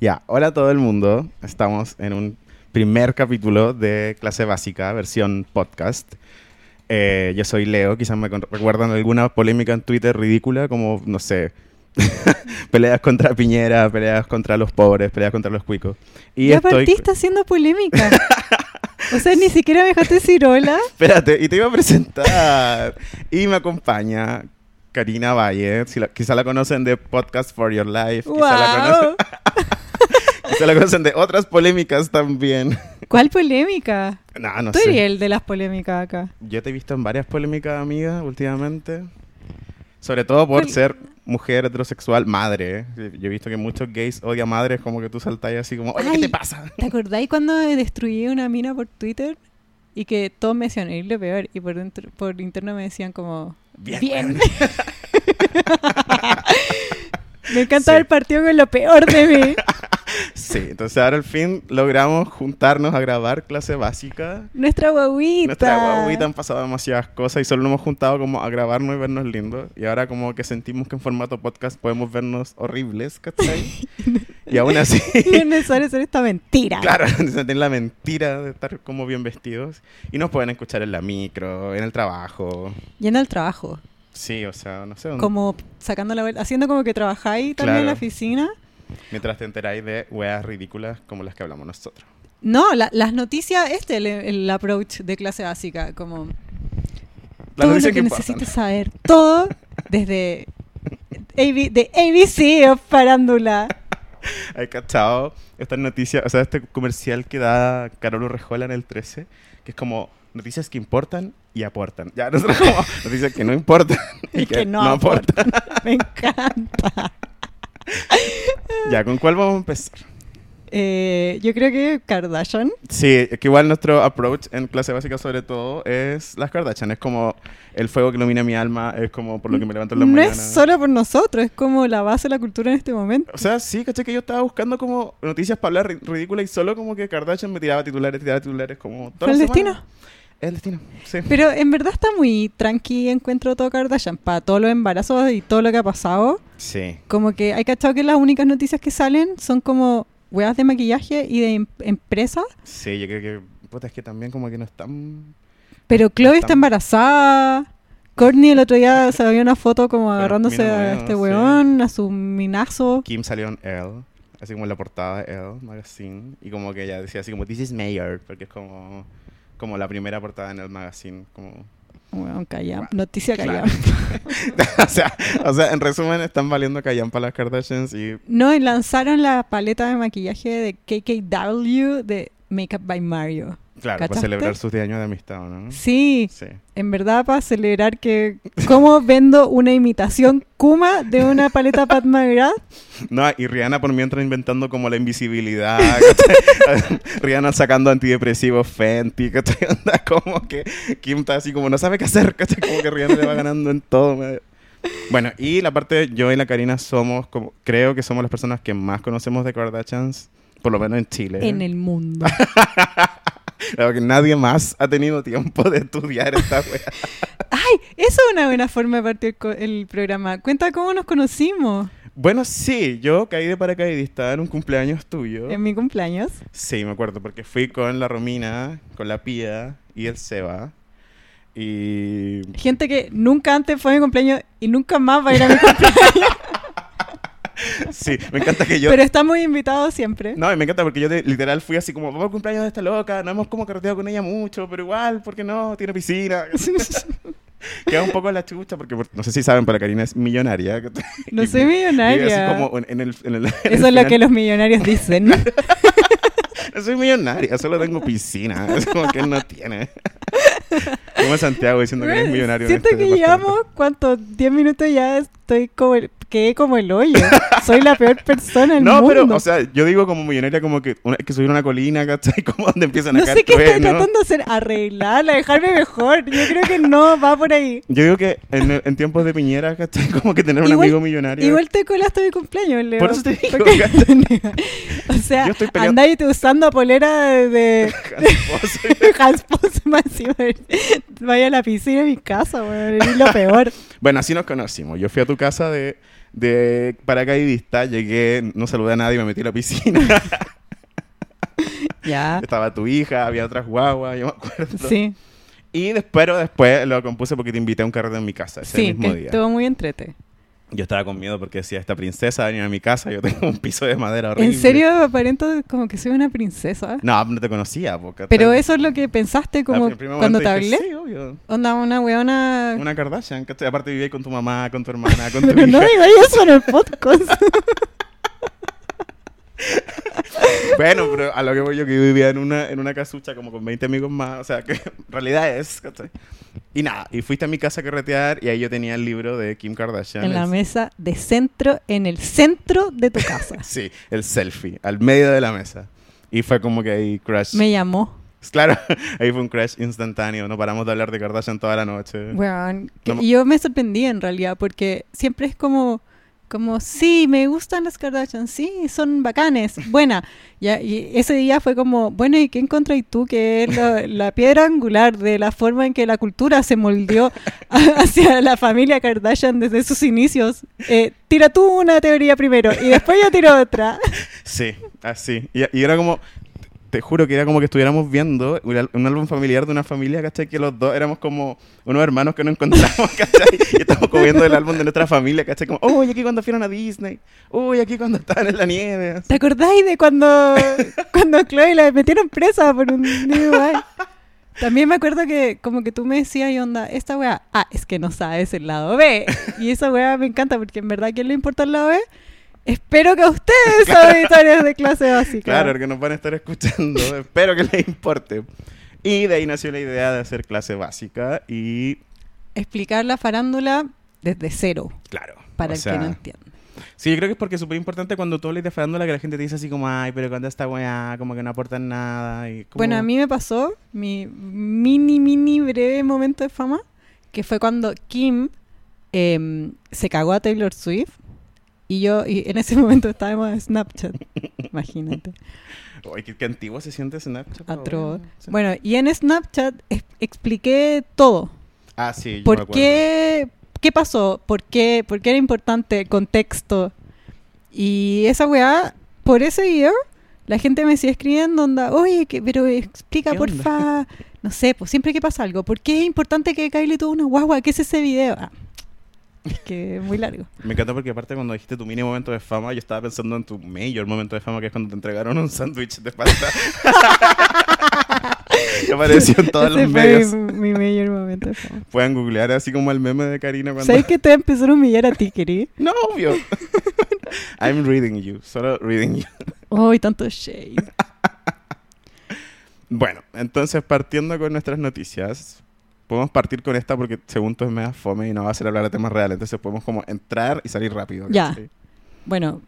Ya, hola a todo el mundo. Estamos en un primer capítulo de clase básica, versión podcast. Eh, yo soy Leo, quizás me con- recuerdan alguna polémica en Twitter ridícula, como, no sé, peleas contra Piñera, peleas contra los pobres, peleas contra los cuicos. Y ya estoy... partiste haciendo polémica. o sea, ni siquiera me dejaste decir hola. Espérate, y te iba a presentar. y me acompaña Karina Valle, si la- quizá la conocen de Podcast for Your Life, quizá, la conocen, ¡Wow! quizá la conocen de otras polémicas también. ¿Cuál polémica? no, no Tú eres sé. el de las polémicas acá. Yo te he visto en varias polémicas, amiga, últimamente. Sobre todo por Pol- ser mujer heterosexual, madre. eh. Yo he visto que muchos gays odian madres, como que tú saltáis así como, oye, ¿qué Ay. te pasa? ¿Te acordáis cuando destruí una mina por Twitter? Y que todos me decían, ir lo peor. Y por, dentro, por interno me decían como, bien. me encanta Sí. el partido con lo peor de mí. Sí, entonces ahora al fin logramos juntarnos a grabar clase básica. Nuestra guaguita. Nuestra guaguita han pasado demasiadas cosas y solo nos hemos juntado como a grabarnos y vernos lindos. Y ahora como que sentimos que en formato podcast podemos vernos horribles, ¿cachai? y aún así, No es necesario hacer esta mentira. claro, sentir la mentira de estar como bien vestidos. Y nos pueden escuchar en la micro, en el trabajo. Yendo al trabajo. Sí, o sea, no sé, Como sacando la vuelta, haciendo como que trabajáis también en la Mm. Claro. oficina. mientras te enteráis de weas ridículas como las que hablamos nosotros. No, la- las noticias, este, el, el approach de clase básica, como Las todo lo noticias que, que pasan. necesitas saber, todo desde AB de ABC o farándula. Hay cachado esta noticia, o sea, este comercial que da Carolo Rejola en el 13, que es como noticias que importan y aportan. Ya, nosotros como noticias que no importan y, que, no, aportan. Me encanta. Ya, ¿con cuál vamos a empezar? Eh, yo creo que Kardashian. Sí, es que igual nuestro approach en clase básica sobre todo es las Kardashian. Es como el fuego que ilumina mi alma, es como por lo que me levanto en la No mañana. es solo por nosotros, es como la base de la cultura en este momento. O sea, sí, caché que yo estaba buscando como noticias para hablar ri- ridícula y solo como que Kardashian me tiraba titulares, tiraba titulares como Fue todas el las semanas. destino. Es el destino, sí. Pero en verdad está muy tranqui, encuentro todo Kardashian, para todos los embarazos y todo lo que ha pasado. Sí. Como que hay cachado que las únicas noticias que salen son como weas de maquillaje y de em- empresa. Sí, yo creo que. Puta, es que también como que no es tan. Pero Chloe está Tam- embarazada. Courtney el otro día se veía una foto como la agarrándose mina a nueva, este sí. weón, a su minazo. Kim salió en Elle, así como en la portada de Elle Magazine, y como que ella decía así como This is Mayor, porque es como, como la primera portada en el magazine. Como, Weón, calla. Noticia calla. Claro. o, sea, o sea, en resumen, están valiendo callampa las Kardashians y. No, y lanzaron la paleta de maquillaje de KKW de Makeup by Mario. Claro, para ¿Cachaste? celebrar sus 10 años de amistad, ¿o ¿no? Sí, Sí. en verdad para celebrar que cómo vendo una imitación Kuma de una paleta Pat McGrath. No, y Rihanna por mientras inventando como la invisibilidad. ¿cachai? Rihanna sacando antidepresivos Fenty, ¿cachai? Onda como que Kim está así como no sabe qué hacer, ¿cachai? Como que Rihanna le va ganando en todo. madre. Bueno, y la parte, yo y la Karina somos, como, creo que somos las personas que más conocemos de Kardashians, por lo menos en Chile. en el mundo. Claro que nadie más ha tenido tiempo de estudiar esta wea. ¡Ay! Eso es una buena forma de partir co- el programa. Cuenta cómo nos conocimos Bueno, sí, yo caí de paracaidista en un cumpleaños tuyo. en mi cumpleaños. Sí, me acuerdo, porque fui con la Romina, con la Pía y el Seba. Y. Gente que nunca antes fue a mi cumpleaños y nunca más va a ir a mi cumpleaños. Sí, me encanta que yo. Pero estamos invitados siempre. No, y me encanta porque yo de- literal fui así como, vamos al cumpleaños de esta loca, no hemos como carreteado con ella mucho, pero igual, ¿por qué no? Tiene piscina. Queda un poco la chucha, porque por- no sé si saben, pero Karina es millonaria. No Y- soy y vive millonaria. así como en, en el, en el- en el Eso es lo final. que los millonarios dicen. No soy millonaria, solo tengo piscina. Es como que no tiene. Como Santiago diciendo que eres millonario. en Siento este que departamento. llevamos, ¿cuánto? 10 minutos ya estoy como el, quedé como el hoyo. Soy la peor persona del No, mundo. pero, o sea, yo digo como millonaria, como que una, que subir una colina, ¿cachai? Como donde empiezan a no caer sé qué estoy truenos. tratando de hacer. Arreglarla, dejarme mejor. Yo creo que no va por ahí. Yo digo que en, en tiempos de Piñera, ¿cachai? Como que tener un Igual- amigo millonario. Igual te colaste mi cumpleaños, Leo. Por eso te digo, Porque- o sea, Yo estoy peleando- andáis usando polera de, de Hans Posman, sí, güey. Vaya a la piscina de mi casa, weón. Es lo peor. bueno, así nos conocimos. Yo fui a tu casa de de paracaidista, llegué, no saludé a nadie, me metí a la piscina. Ya. Estaba tu hija, había otras guaguas, yo me acuerdo. Sí, Y después, pero después lo compuse porque te invité a un carrete en mi casa ese sí, mismo que día. estuvo muy entrete. Yo estaba con miedo porque decía, esta princesa va a venir a mi casa, yo tengo un piso de madera horrible. ¿En serio aparento como que soy una princesa? No, no te conocía. porque Pero eso es lo que pensaste Ah, como cuando te hablé. Sí, obvio. Onda, una weona... Una Kardashian, que aparte vivía con tu mamá, con tu hermana, con tu Pero no hija. digo eso en el podcast. Bueno, pero a lo que voy yo, que yo vivía en una, en una casucha como con 20 amigos más, o sea, que en realidad es, ¿cachai? Y nada, y fuiste a mi casa a carretear y ahí yo tenía el libro de Kim Kardashian. en la el- mesa de centro, en el centro de tu casa. Sí, el selfie, al medio de la mesa. Y fue como que ahí crash. Me llamó. Pues Claro, ahí fue un crash instantáneo. No paramos de hablar de Kardashian toda la noche. Weón, que- este, No me- y yo me sorprendí en realidad porque siempre es como, como sí, me gustan las Kardashian, sí, son bacanes, buena. Ya, y ese día fue como, bueno, ¿y qué encontráis tú que es la, la piedra angular de la forma en que la cultura se moldeó a- hacia la familia Kardashian desde sus inicios? Eh, tira tú una teoría primero y después yo tiro otra. Sí, así. Y, y era como, te juro que era como que estuviéramos viendo un, al- un álbum familiar de una familia, ¿cachai? Que los dos éramos como unos hermanos que nos encontramos, ¿cachai? Y estamos como viendo el álbum de nuestra familia, ¿cachai? Como, uy, aquí cuando fueron a Disney, uy, aquí cuando estaban en la nieve. así. ¿Te acordáis de cuando, cuando a Chloe la metieron presa por un DUI? También me acuerdo que como que tú me decías, y onda, esta weá, ah, es que no sabes el lado B. Y esa weá me encanta porque en verdad, ¿a quién le importa el lado B? Espero que a ustedes, auditores de clase básica. Claro, que nos van a estar escuchando. Espero que les importe. Y de ahí nació la idea de hacer clase básica y, Explicar la farándula desde cero, claro. para o el sea, que no entienda. Sí, yo creo que es porque es súper importante cuando tú hablas de farándula que la gente te dice así como, ay, pero cuando esta weá, como que no aportan nada. Y como- Bueno, a mí me pasó mi mini, mini, breve momento de fama, que fue cuando Kim em, se cagó a Taylor Swift y yo y en ese momento estábamos en Snapchat, imagínate, Ay, qué, qué antiguo se siente Snapchat. ahora. atroz. Sí. Bueno, y en Snapchat es- expliqué todo. Ah, sí, yo me ¿Por acuerdo. qué? ¿Qué pasó? ¿Por qué? ¿Por qué era importante el contexto? Y esa weá, por ese video, la gente me sigue escribiendo, onda, oye, que, pero explica, ¿Qué onda?" porfa. No sé, pues siempre que pasa algo, ¿por qué es importante que Kylie tuvo una guagua? ¿Qué es ese video? Ah, es que es muy largo. Me encanta porque aparte cuando dijiste tu mini momento de fama, yo estaba pensando en tu mayor momento de fama, que es cuando te entregaron un sándwich de pasta. que apareció en todos Ese los fue medios. Mi, mi mayor momento. de fama. Pueden googlear así como el meme de Karina cuando... ¿Sabes que te empezaron a humillar a ti, querí? No, obvio. I'm reading you, solo reading you. Uy, tanto shade. Bueno, entonces partiendo con nuestras noticias, podemos partir con esta porque según tú es media fome y no va a ser hablar de temas reales, entonces podemos como entrar y salir rápido. Ya. ¿cachai? bueno,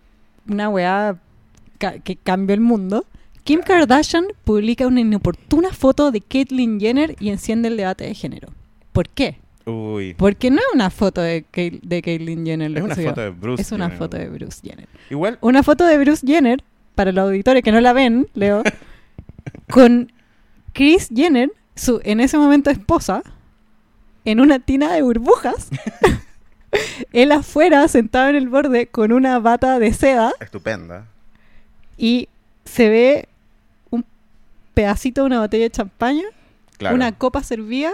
una weá ca- que cambió el mundo. Kim Kardashian publica una inoportuna foto de Caitlyn Jenner y enciende el debate de género. ¿Por qué? Uy. Porque no es una foto de, Kail- de Caitlyn Jenner. lo Es que una subió. foto de Bruce. Es una Jenner. foto de Bruce Jenner. Igual, Una foto de Bruce Jenner, para los auditores que no la ven, Leo, con Chris Jenner, su en ese momento esposa, en una tina de burbujas. Él afuera, sentado en el borde, con una bata de seda. estupenda. y se ve un pedacito de una botella de champaña, Claro. una copa servida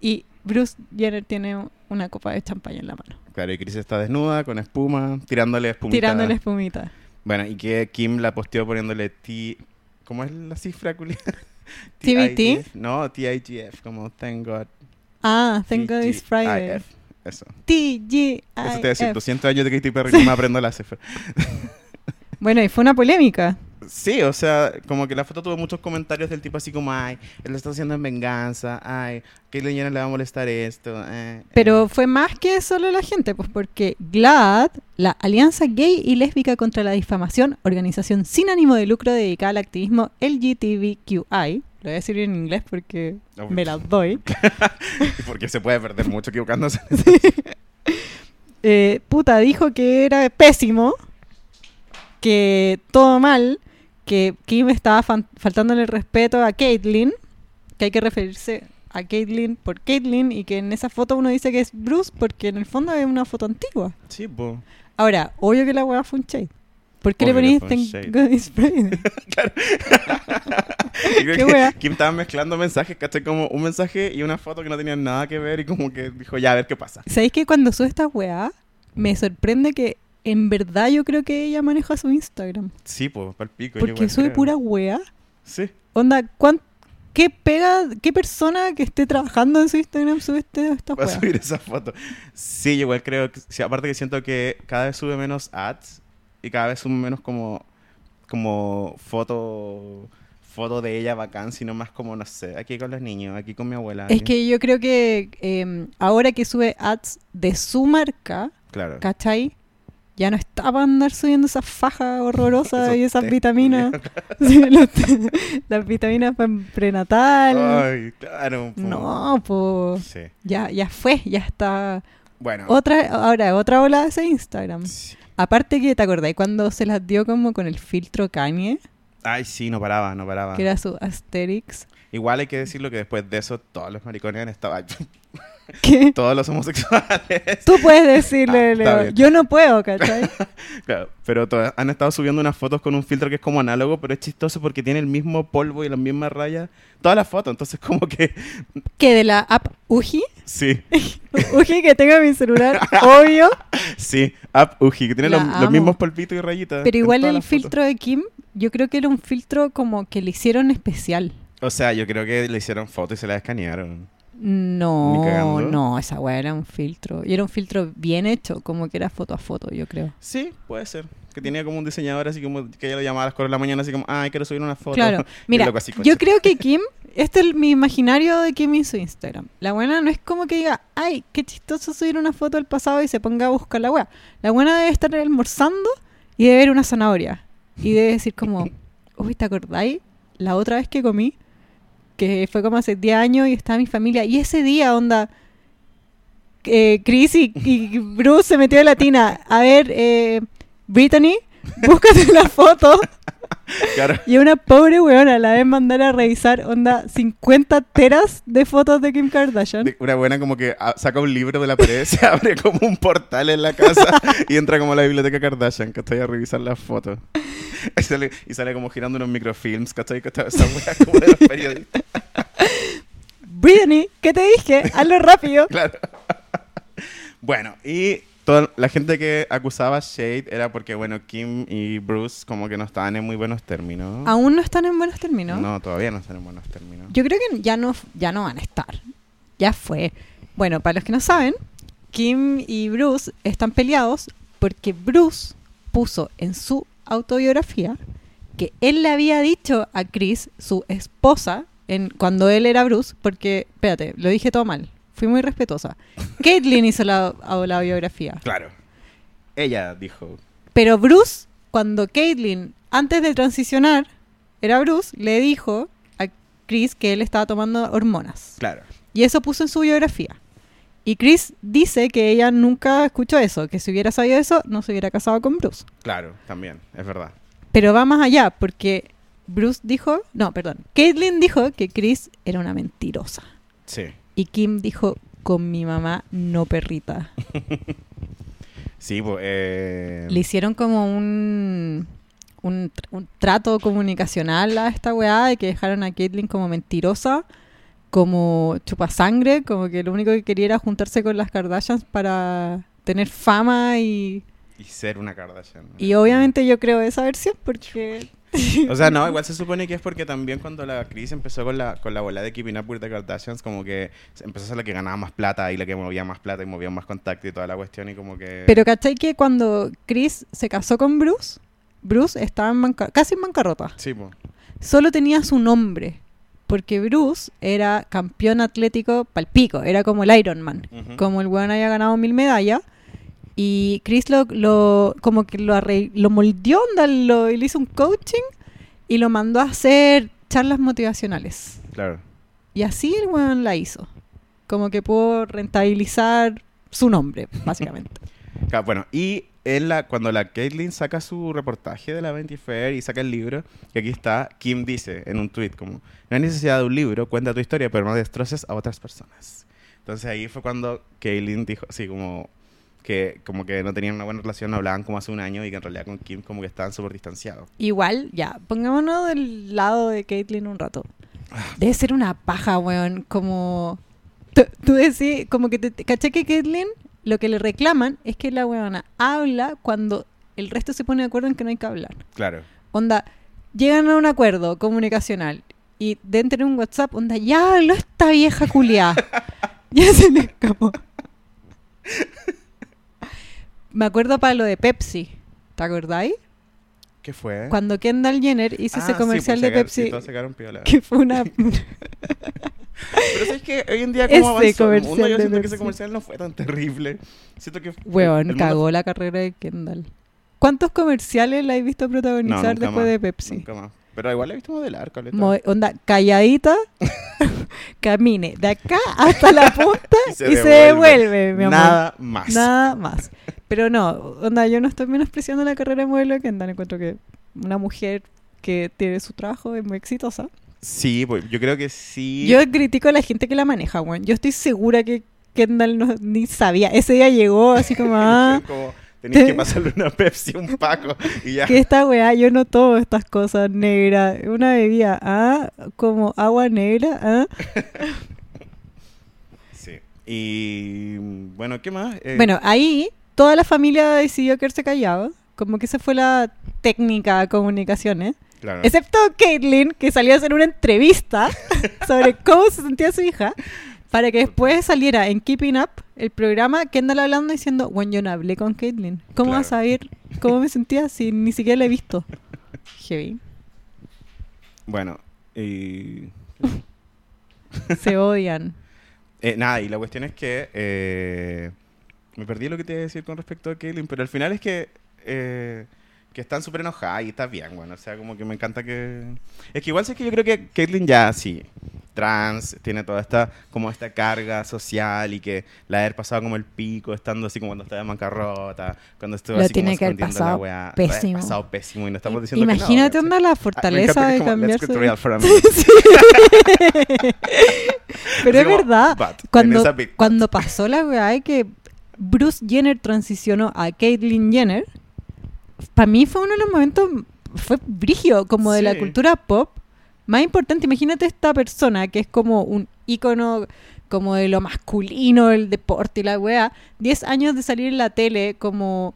y Bruce Jenner tiene u- una copa de champaña en la mano, Claro, y Chris está desnuda, con espuma, tirándole espumita. tirándole espumita. Bueno, y que Kim la posteó poniéndole T... ¿Cómo es la cifra, culia? TBT? TIGF. No, TIGF, como thank God. Ah, thank God it's Friday. TGIF. Eso. Eso te iba a decir, pues. TGIF. 200 años de Katy Perry, no me aprendo la cifra. Bueno, y fue una polémica. Sí, o sea, como que la foto tuvo muchos comentarios del tipo así como, ay, él lo está haciendo en venganza, ay, Caitlyn Jenner le va a molestar esto. eh, eh". Pero fue más que solo la gente, pues porque GLAAD, la Alianza Gay y Lésbica contra la Difamación, organización sin ánimo de lucro dedicada al activismo LGTBQI, lo voy a decir en inglés porque Obvio. me las doy, Eh, Porque se puede perder mucho equivocándose. eh, puta, dijo que era pésimo, que todo mal, que Kim estaba fan- faltándole el respeto a Caitlyn, que hay que referirse a Caitlyn por Caitlyn y que en esa foto uno dice que es Bruce porque en el fondo es una foto antigua. Sí, po. Ahora, obvio que la weá fue un shade. ¿Por qué Obvio le que ponéis fue un Thank shade. God It's Friday? Yo creo Qué que wea. Kim estaba mezclando mensajes, ¿cachai? Como un mensaje y una foto que no tenían nada que ver y como que dijo, ya, a ver qué pasa. ¿Sabéis que cuando sube esta weá, me sorprende que en verdad yo creo que ella maneja su Instagram? Sí, po, pa'l pico. yo Porque igual sube creo. pura weá. Sí. Onda, ¿cuán- ¿qué pega, qué persona que esté trabajando en su Instagram sube este, esta Va a weá? subir esa foto. Sí, yo igual creo que... sí, aparte que siento que cada vez sube menos ads y cada vez sube menos como... Como foto... Foto de ella bacán, sino más como, no sé, aquí con los niños, aquí con mi abuela. Es aquí. que yo creo que eh, ahora que sube ads de su marca, Claro. ¿cachai? Ya no está para andar subiendo esa faja horrorosa Esos y esas test, vitaminas. Sí, los te- las vitaminas pa- prenatal. Ay, claro. po. no, pues Sí. ya, ya fue, ya está. Bueno. Otra, ahora, otra ola de ese Instagram. sí. Aparte que, ¿te acordáis cuando se las dio como con el filtro Kanye? Ay, sí, no paraba, no paraba. Que era su Asterix. Igual hay que decirlo que después de eso todos los maricones han estado... Que todos los homosexuales. tú puedes decirle, Ah, está Leo. bien. Yo no puedo, ¿cachai? Claro, pero to- han estado subiendo unas fotos con un filtro que es como análogo, pero es chistoso porque tiene el mismo polvo y las mismas rayas. Todas las fotos, entonces como que... que de la app Uji, Sí, Uji que tengo en mi celular, obvio. sí, app Uji, que tiene La los, los amo. mismos polvitos y rayitas. Pero en igual todas el las fotos. filtro de Kim, yo creo que era un filtro como que le hicieron especial. O sea, yo creo que le hicieron fotos y se la escanearon. Ni No, cagando. no, esa weá era un filtro. Y era un filtro bien hecho, como que era foto a foto, yo creo. Sí, puede ser. Que tenía como un diseñador así como que ella lo llamaba a las 4 de la mañana así como, ay, quiero subir una foto. Claro, Y el mira, loco así, yo "Concha". creo que Kim, este es mi imaginario de Kim y su Instagram. La buena no es como que diga, ay, qué chistoso subir una foto del pasado y se ponga a buscar la weá. La buena debe estar almorzando y debe ver una zanahoria. Y debe decir como, uy, ¿te acordáis? La otra vez que comí, que fue como hace 10 años y estaba mi familia. Y ese día, onda, eh, Chris y, y Bruce se metió en la tina. A ver, eh, Brittany, búscate la foto. Claro. Y a una pobre weona la deben mandar a revisar, onda, 50 teras de fotos de Kim Kardashian. De- Una buena como que ah, saca un libro de la pared, se abre como un portal en la casa y entra como a la biblioteca Kardashian, que estoy a revisar las fotos. Y sale, y sale como girando unos microfilms, ¿cachai? Que está esa wea como de los periodistas. Brittany, ¿qué te dije? Hazlo rápido. Claro. Bueno, y toda la gente que acusaba a Shade era porque, bueno, Kim y Bruce como que no estaban en muy buenos términos. Aún Ah, no están en buenos términos. No, todavía no están en buenos términos. Yo creo que ya no, ya no van a estar. Ya fue. Bueno, para los que no saben, Kim y Bruce están peleados porque Bruce puso en su autobiografía que él le había dicho a Chris, su esposa, en, cuando él era Bruce, porque, espérate, lo dije todo mal. Fui muy respetuosa. Caitlyn hizo la, la biografía. Claro. Ella dijo, Pero Bruce, cuando Caitlyn, antes de transicionar, era Bruce, le dijo a Chris que él estaba tomando hormonas. claro. Y eso puso en su biografía. Y Chris dice que ella nunca escuchó eso, que si hubiera sabido eso, no se hubiera casado con Bruce. Claro, también, es verdad. Pero va más allá, porque Bruce dijo, no, perdón, Caitlyn dijo que Chris era una mentirosa. Sí. Y Kim dijo, con mi mamá, no perrita. Sí, pues... eh, Le hicieron como un, un, tr- un trato comunicacional a esta weá de que dejaron a Caitlyn como mentirosa, como chupasangre, como que lo único que quería era juntarse con las Kardashians para tener fama y, Y ser una Kardashian. y obviamente yo creo esa versión porque... O sea, no, igual se supone que es porque también cuando la crisis empezó con la, con la bola de Keeping Up with the Kardashians, como que se empezó a ser la que ganaba más plata y la que movía más plata y movía más contacto y toda la cuestión y como que... Pero ¿cachai que cuando Chris se casó con Bruce, Bruce estaba en banca- casi en bancarrota? Sí, pues. solo tenía su nombre. Porque Bruce era campeón atlético palpico, era como el Iron Man. Ujú. Como el weón había ganado mil medallas. Y Chris lo, lo- como que lo, arre- lo moldeó, onda, lo, y le hizo un coaching y lo mandó a hacer charlas motivacionales. Claro. Y así el weón la hizo. Como que pudo rentabilizar su nombre, básicamente. Ca- Bueno, y en la, cuando la Caitlyn saca su reportaje de la Vanity Fair y saca el libro, que aquí está, Kim dice en un tweet como, no hay necesidad de un libro, cuenta tu historia, pero no destroces a otras personas. Entonces ahí fue cuando Caitlyn dijo así como que como que no tenían una buena relación, no hablaban como hace un año y que en realidad con Kim como que estaban súper distanciados. Igual, ya, pongámonos del lado de Caitlyn un rato. Debe ser una paja, weón, como... Tú, tú decís, como que te, te- caché que Caitlyn lo que le reclaman es que la weona habla cuando el resto se pone de acuerdo en que no hay que hablar. Claro. Onda, llegan a un acuerdo comunicacional y dentro de un WhatsApp, onda, ya habló esta vieja culiá. ya se le escapó. Me acuerdo para lo de Pepsi. ¿Te acordáis? ¿Qué fue? Cuando Kendall Jenner hizo ¿Eh? Ah, sí, ese comercial pues, de sacar- Pepsi, sí, todos sacaron piola. que fue una. Pero sabes que hoy en día Ese como avanzó el mundo, comercial yo de siento que ese Pepsi. comercial no fue tan terrible. Siento que el Weón, mundo- cagó la carrera de Kendall. ¿Cuántos comerciales la he visto No, protagonizar nunca después más, de Pepsi? Nunca más. Pero igual la he visto modelar, caleta. Mo- onda, calladita, camine de acá hasta la punta y se, devuelve, mi amor. Nada más. Nada más. Pero no, onda, yo no estoy menospreciando la carrera de modelo de Kendall. Encuentro que una mujer que tiene su trabajo es muy exitosa. Sí, pues, yo creo que sí. Yo critico a la gente que la maneja, weón. Yo estoy segura que Kendall no, ni sabía. Ese día llegó así como, ah, como tenés te- que pasarle una Pepsi, un Paco y ya. que esta weá, yo no tomo estas cosas negras. Una bebida, ah, como agua negra, ah. Sí. Y bueno, ¿qué más? Eh, Bueno, ahí toda la familia decidió quedarse callado. Como que esa fue la técnica de comunicaciones. claro. Excepto Caitlyn, que salió a hacer una entrevista sobre cómo se sentía su hija, para que después saliera en Keeping Up el programa Kendall hablando diciendo, bueno, yo no hablé con Caitlyn. ¿Cómo Claro. vas a ver cómo me sentía si ni siquiera la he visto? Heavy. Bueno, y Se odian. eh, nada, y la cuestión es que eh, me perdí lo que te iba a decir con respecto a Caitlyn, pero al final es que eh, que están súper enojadas y está bien, bueno, o sea, como que me encanta que... Es que igual sé que yo creo que Caitlyn ya sí, trans, tiene toda esta como esta carga social y que la haber pasado como el pico, estando así como cuando estaba en bancarrota, cuando estuvo Lo así como tiene que haber escondiendo la pasado weá, lo haber pésimo. pasado pésimo y no estamos I- diciendo que no, Imagínate ¿cachai? onda la Ah, me encanta fortaleza que es de como, cambiar "Let's get real su... for a minute". Así Pero es como, verdad. "But", en Cuando, esa big but. cuando pasó la weá de que Bruce Jenner transicionó a Caitlyn Jenner, para mí fue uno de los momentos, fue brigio, como de la Sí. cultura pop. Más importante, imagínate esta persona que es como un ícono como de lo masculino, el deporte y la weá, 10 años de salir en la tele como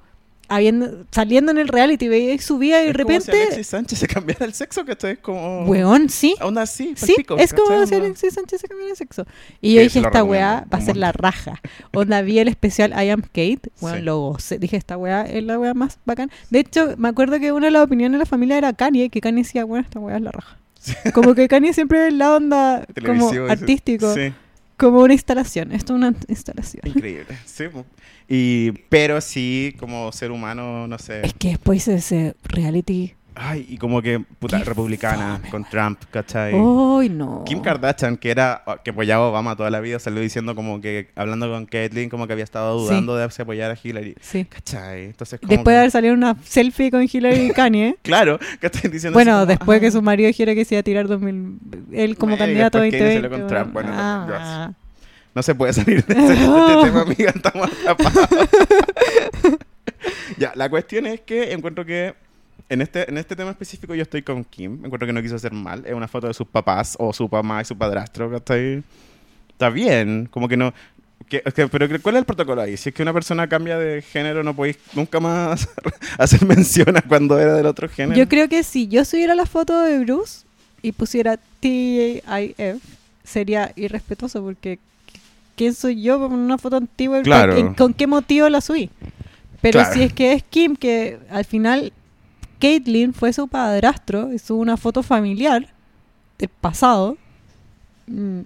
habiendo, saliendo en el reality, veía su vida y de Es como si repente... Alexis Sánchez se cambiara el sexo, que esto es como. Weón, sí. Onda así, Sí, palpico, es como Pues ¿cachai? si Onda- Alexis Sánchez se cambió de sexo. Y Que yo dije, lo esta recomiendo weá va a un ser la montón. raja. Onda, vi el especial I Am Kate. Bueno, Sí. lo gocé. Dije, esta weá es la weá más bacán. De hecho, me acuerdo que una de las opiniones de la familia era Kanye, que Kanye decía, bueno, esta weá es la raja. Como que Kanye siempre es la onda como Televisivo, dice. artístico, Sí, como una instalación. Esto es una instalación. increíble. Sí, po. y, pero sí, como ser humano, no sé. Es que después de ese reality, Ay, y como que, puta, Qué republicana fome, Oh. con Trump, ¿cachai? ¡ay no! Kim Kardashian, que era ah, que apoyaba a Obama toda la vida, salió diciendo como que, hablando con Caitlyn, como que había estado Sí. dudando de si apoyar a Hillary. Sí. ¿Cachai? Entonces, como. Después que- de haber salido una selfie con Hillary y Kanye, Claro, ¿cachai? Diciendo Bueno, así como, después que "Ay". su marido dijera que se iba a tirar 2000, él como Bueno, y candidato después que ella salió 2020. con bueno, Trump, bueno, ah, No se puede salir de este, de este tema, amiga. Estamos atrapados. ya, la cuestión es que encuentro que en este, en este tema específico yo estoy con Kim. Encuentro que no quiso hacer mal. Es una foto de sus papás o su mamá y su padrastro. que Está, ahí. está bien. Como que no... que- es que- pero que- ¿cuál es el protocolo ahí? Si es que una persona cambia de género, no podéis nunca más hacer mención a cuando era del otro género. Yo creo que si yo subiera la foto de Bruce y pusiera TJIF, sería irrespetuoso porque qu- ¿quién soy yo con una foto antigua? y con- Claro. en- ¿Con qué motivo la subí? Pero Claro. si es que es Kim, que al final Caitlyn fue su padrastro y subió una foto familiar del pasado. mm,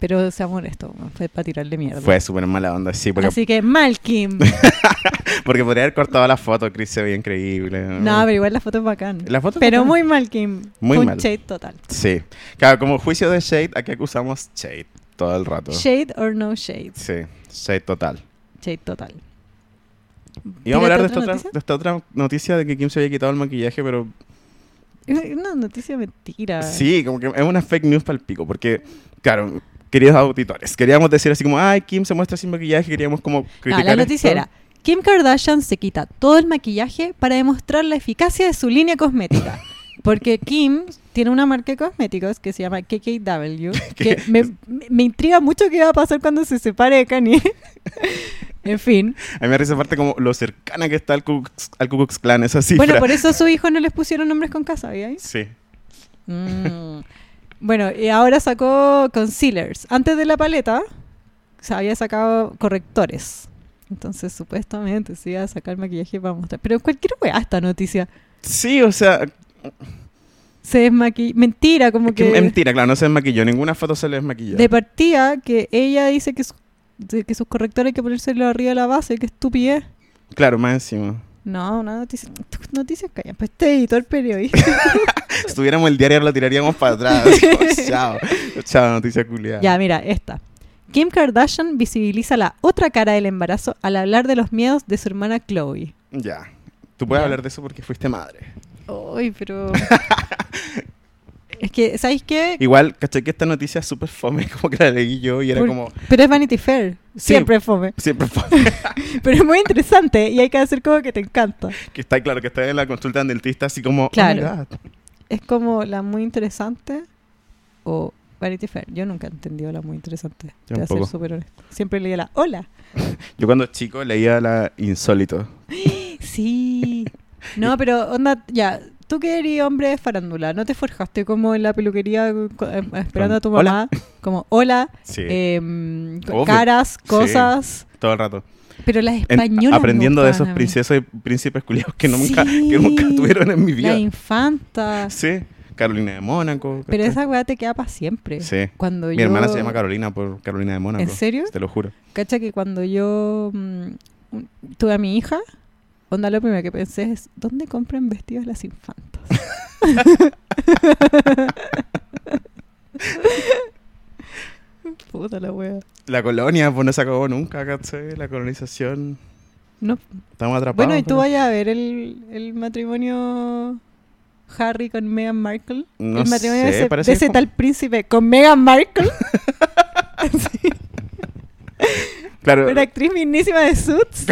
Pero seamos honestos, fue para tirarle mierda. Ah, Fue súper mala onda, sí, porque, Así que mal, Kim. porque podría haber cortado la foto, Chris se veía increíble. no, pero igual la foto es bacán. Ah. La foto es pero bacán. muy mal, Kim. Muy Fue mal. Un shade total. Sí. Claro, como juicio de Shade, aquí acusamos Shade todo el rato. Shade or no shade. Sí, Shade total. Shade total. Y vamos a hablar de esta, Tírate otra, otra de esta otra noticia de que Kim se había quitado el maquillaje, pero noticia. Es Una noticia mentira. Ah, sí, como que es una fake news para el pico, porque, claro, queridos auditores, queríamos decir así como, ay, Kim se muestra sin maquillaje, queríamos como No, criticar. Ah, la esto. noticia era, Kim Kardashian se quita todo el maquillaje para demostrar la eficacia de su línea cosmética. Porque Kim tiene una marca de cosméticos que se llama KKW, que me, me- me intriga mucho qué va a pasar cuando se separe de Kanye. en fin. A mí me risa parte como lo cercana que está al Ku Klux- al Ku Klux Klan, esa cifra. Bueno, por eso a su hijo no les pusieron nombres con casa, ¿veis? Sí. Mm. Bueno, y ahora sacó concealers. Antes de la paleta, se había sacado correctores. Entonces, supuestamente se iba a sacar maquillaje para mostrar. Pero cualquier weá esta noticia. Sí, o sea, Se desmaquilla. Mentira, como es que que. mentira, claro, no se desmaquilló, ninguna foto se le desmaquilló. de partida, que ella dice que, su- de que sus correctores hay que ponérselo arriba de la base. Qué estupidez. Claro, más encima. No, una noticia. Noticias callan. Pues este editor periodista. Si tuviéramos el diario lo tiraríamos para atrás. así como, chao. Chao, noticia culiada. Ya, mira, esta. Kim Kardashian visibiliza la otra cara del embarazo al hablar de los miedos de su hermana Chloe. Ya. Tú puedes Ya. hablar de eso porque fuiste madre. Uy, pero. es que, ¿sabéis qué? Igual, ¿cachai? Que esta noticia es súper fome, como que la leí yo y era Por- como... Pero es Vanity Fair. Sí. Siempre es fome. Siempre fome. Pero es muy interesante y hay que hacer como que te encanta. que está claro, que está en la consulta del dentista así como... oh Claro. my God. Es como la muy interesante o Vanity Fair. Yo nunca he entendido la muy interesante. Te voy a ser Tampoco. súper honesto. Siempre leía la hola. Yo cuando chico leía la Insólito. Sí. No, pero onda, ya. Tú que eres hombre de farándula, ¿no te forjaste como en la peluquería co- eh, esperando a tu Hola. mamá? Como hola, Sí. em, Obvio. caras, cosas. todo el rato. Pero las En- españolas. aprendiendo me de gustan esos a mí. princesos y príncipes culiados que, nunca, Sí. que nunca tuvieron en mi vida. Las infantas. Sí. Carolina de Mónaco. Pero ¿cachai? esa weá te queda para siempre. Sí. Cuando Mi yo- hermana se llama Carolina por Carolina de Mónaco. ¿En serio? Te lo juro. Cacha que cuando yo mm, tuve a mi hija, onda lo primero que pensé es: ¿dónde compran vestidos las infantas? Puta la wea. La colonia, pues no se acabó nunca, ¿cachai? La colonización. No. Estamos atrapados. Bueno, y tú Ah, con- vayas a ver el, el matrimonio Harry con Meghan Markle. No el matrimonio sé, de ese, parece de ese como- tal príncipe con Meghan Markle. Sí, Claro, eh, una actriz minísima de Suits.